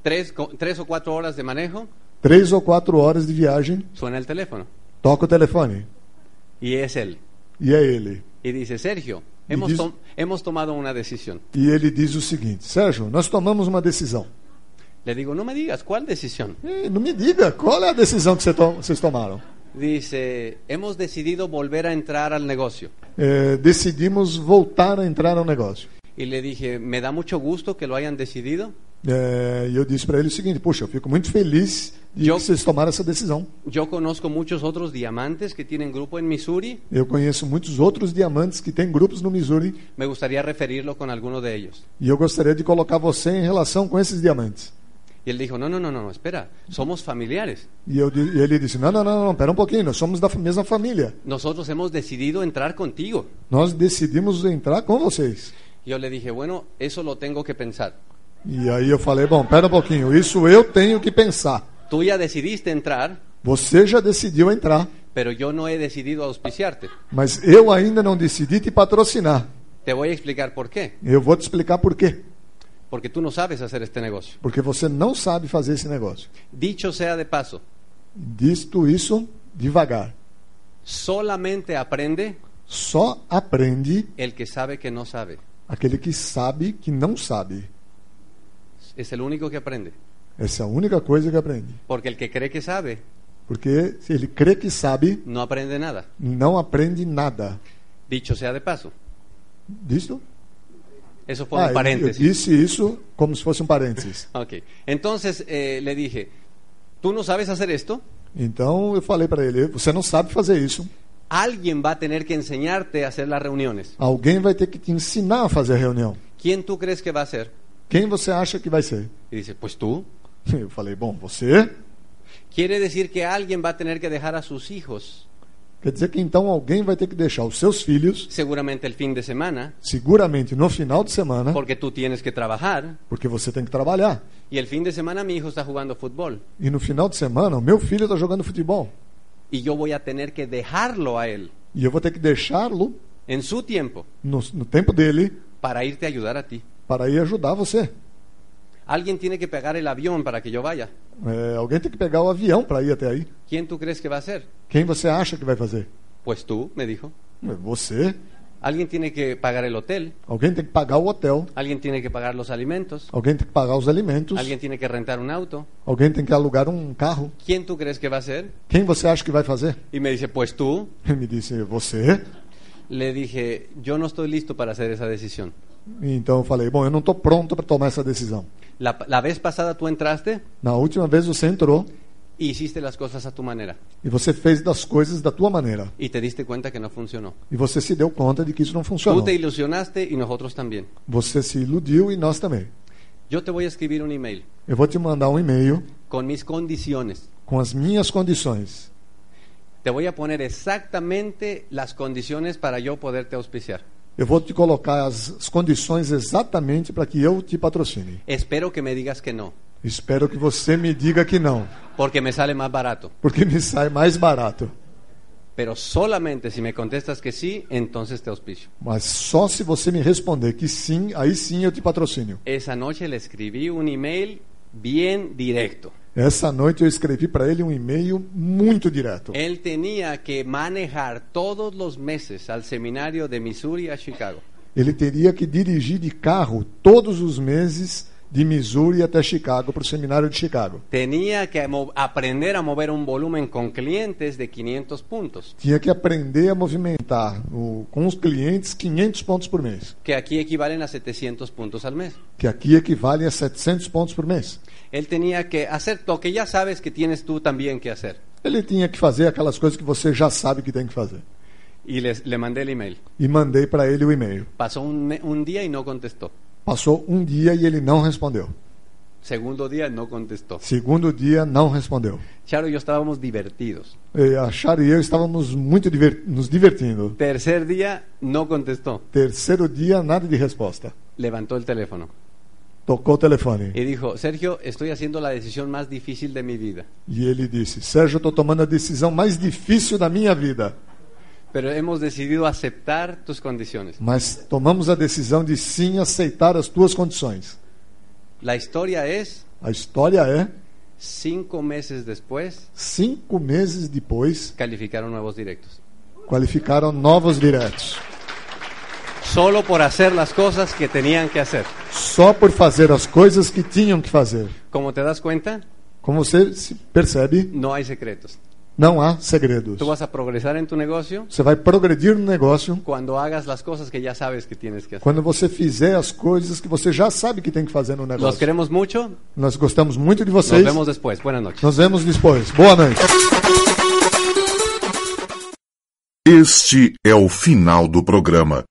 Tres, co- tres o cuatro horas de manejo, Três ou quatro horas de viagem, suena el teléfono toca o telefone. y es él. E é ele. Y dice, Sergio, Y hemos, dice- tom- hemos tomado una decisión. E ele diz o seguinte: Sérgio, nós tomamos uma decisão. Le digo, no me digas, ¿cuál decisión? Ei, Não me diga, qual é a decisão que cê to- vocês tomaram? Dice, hemos decidido volver a entrar al negocio. É, decidimos voltar a entrar no negócio. Y le dije, me da mucho gusto que lo hayan decidido. É, e eu disse para ele o seguinte: Poxa, eu fico muito feliz de Eu- que vocês tomaram essa decisão. Yo conozco muchos otros diamantes que tienen grupo en Missouri. Eu conheço muitos outros diamantes que têm grupos no Missouri Me gustaría referirlo con alguno de ellos. e eu gostaria de colocar você em relação com esses diamantes. Y él dijo, no, no, no, no, no, espera, somos familiares. E, eu, di- e ele disse: Não, não, não, não, pera um pouquinho, nós somos da fa- mesma família. Nosotros hemos decidido entrar contigo. Nós decidimos entrar com vocês. Yo le dije, bueno, eso lo tengo que pensar. E aí eu falei: Bom, pera um pouquinho, isso eu tenho que pensar. Tú ya decidiste entrar, Você já decidiu entrar. pero yo no he decidido auspiciarte. Mas eu ainda não decidi te patrocinar. Te voy a explicar por qué. Eu vou te explicar por quê. Porque tú no sabes hacer este negocio. Porque você não sabe fazer esse negócio. Dicho sea de paso, Disto isso devagar. solamente aprende Só aprende el que sabe que no sabe. aquele que sabe que não sabe. Es el único que aprende. Essa é a única coisa que aprende. Porque el que cree que sabe, Porque se ele crê que sabe, no aprende nada. não aprende nada. Dicho sea de paso. Disto? Eso fue Ah, un eu, eu paréntesis. disse isso como se fosse um parênteses. Ok. Entonces eh, le dije, tú no sabes hacer esto, Então eu falei para ele: você não sabe fazer isso. alguien va a tener que enseñarte a hacer las reuniones. Alguém vai ter que te ensinar a fazer a reunião. ¿Quién tú crees que va a hacer? Quem você acha que vai ser? Y dice, pues tú. Eu falei: bom, você Quiere decir que alguien va a tener que dejar a sus hijos, Quer dizer que então alguém vai ter que deixar os seus filhos, seguramente el fin de semana, seguramente no final de semana, porque tú tienes que trabajar. porque você tem que trabalhar. Y el fin de semana mi hijo está jugando fútbol. E no final de semana, o meu filho está jogando futebol. Y yo voy a tener que dejarlo a él E eu vou ter que deixá-lo en su tiempo no, no tempo dele para irte a ayudar a ti. para ir ajudar você. Alguien tiene que pegar el avión para que yo vaya. É, alguém tem que pegar o avião para ir até aí. ¿Quién tú crees que va a hacer? Quem você acha que vai fazer? Pues tú, me dijo. É Você. Alguien tiene que pagar el hotel, Alguém tem que pagar o hotel. alguien tiene que pagar los alimentos, Alguém tem que pagar os alimentos. alguien tiene que rentar un auto. Alguém tem que alugar um carro. ¿Quién tú crees que va a hacer? Quem você acha que vai fazer? Y me dice, pues tú. Ele me disse, você. Le dije, yo no estoy listo para hacer esa decisión. Então eu falei, bom, eu não estou pronto para tomar essa decisão. La, la vez pasada tú entraste Na última vez você entrou y hiciste las cosas a tu manera E você fez das coisas da tua maneira. y te diste cuenta que no funcionó. E você se deu conta de que isso não Tú funcionou. te ilusionaste y nosotros también. Você se iludiu e nós também. Yo te voy a escribir un email Eu vou te mandar um e-mail con mis condiciones. com as minhas condições. Te voy a poner exactamente las condiciones para yo poderte auspiciar. Eu vou te colocar as as condições exatamente para que eu te patrocine. Espero que me digas que no, Espero que você me diga que não, porque me sale más barato. porque me sai mais barato. Pero solamente si me contestas que sí, entonces te auspicio. Mas só se você me responder que sim, aí sim eu te patrocínio. Esa noche le escribí un email bien directo. Essa noite eu escrevi para ele um e-mail muito direto. Él tenía que manejar todos los meses al seminario de Missouri a Chicago. Ele teria que dirigir de carro todos os meses de Missouri até Chicago, para o seminário de Chicago. Tenía que mo- aprender a mover un volumen con clientes de 500 puntos, Tinha que aprender a movimentar o- com os clientes 500 pontos por mês, que aquí equivalen a 700 puntos al mes. que aqui equivale a 700 pontos por mês. Él tenía que hacer lo que ya sabes que tienes tú también que hacer. Ele tinha que fazer aquelas coisas que você já sabe que tem que fazer. Y les- le mandé el email. E mandei para ele o e-mail. Pasó un, ne- un día y no contestó. Passou um dia e ele não respondeu. Segundo día no contestó. Segundo dia, não respondeu. Charo y yo estábamos divertidos. E a Chara e eu estávamos muito diver- nos divertindo. Tercer día no contestó. Terceiro dia, nada de resposta. Levantó el teléfono Tocou o telefone. y dijo, Sergio, estoy haciendo la decisión más difícil de mi vida, E ele disse: Sérgio, estou tomando a decisão mais difícil da minha vida. pero hemos decidido aceptar tus condiciones. Mas tomamos a decisão de sim aceitar as tuas condições. La historia es, A história é: cinco meses después, cinco meses depois, calificaron nuevos directos. qualificaram novos diretos. Solo por hacer las cosas que tenían que hacer. Só por fazer as coisas que tinham que fazer. Como te das cuenta, Como você se percebe, no hay secretos. não há segredos. Tú vas a progresar en tu negocio Você vai progredir no negócio cuando hagas las cosas que ya sabes que tienes que hacer. quando você fizer as coisas que você já sabe que tem que fazer no Los negócio. queremos mucho. Nós gostamos muito de Nos vocês. vemos después. Buenas noches. Nos vemos depois. Boa noite. Este é o final do programa.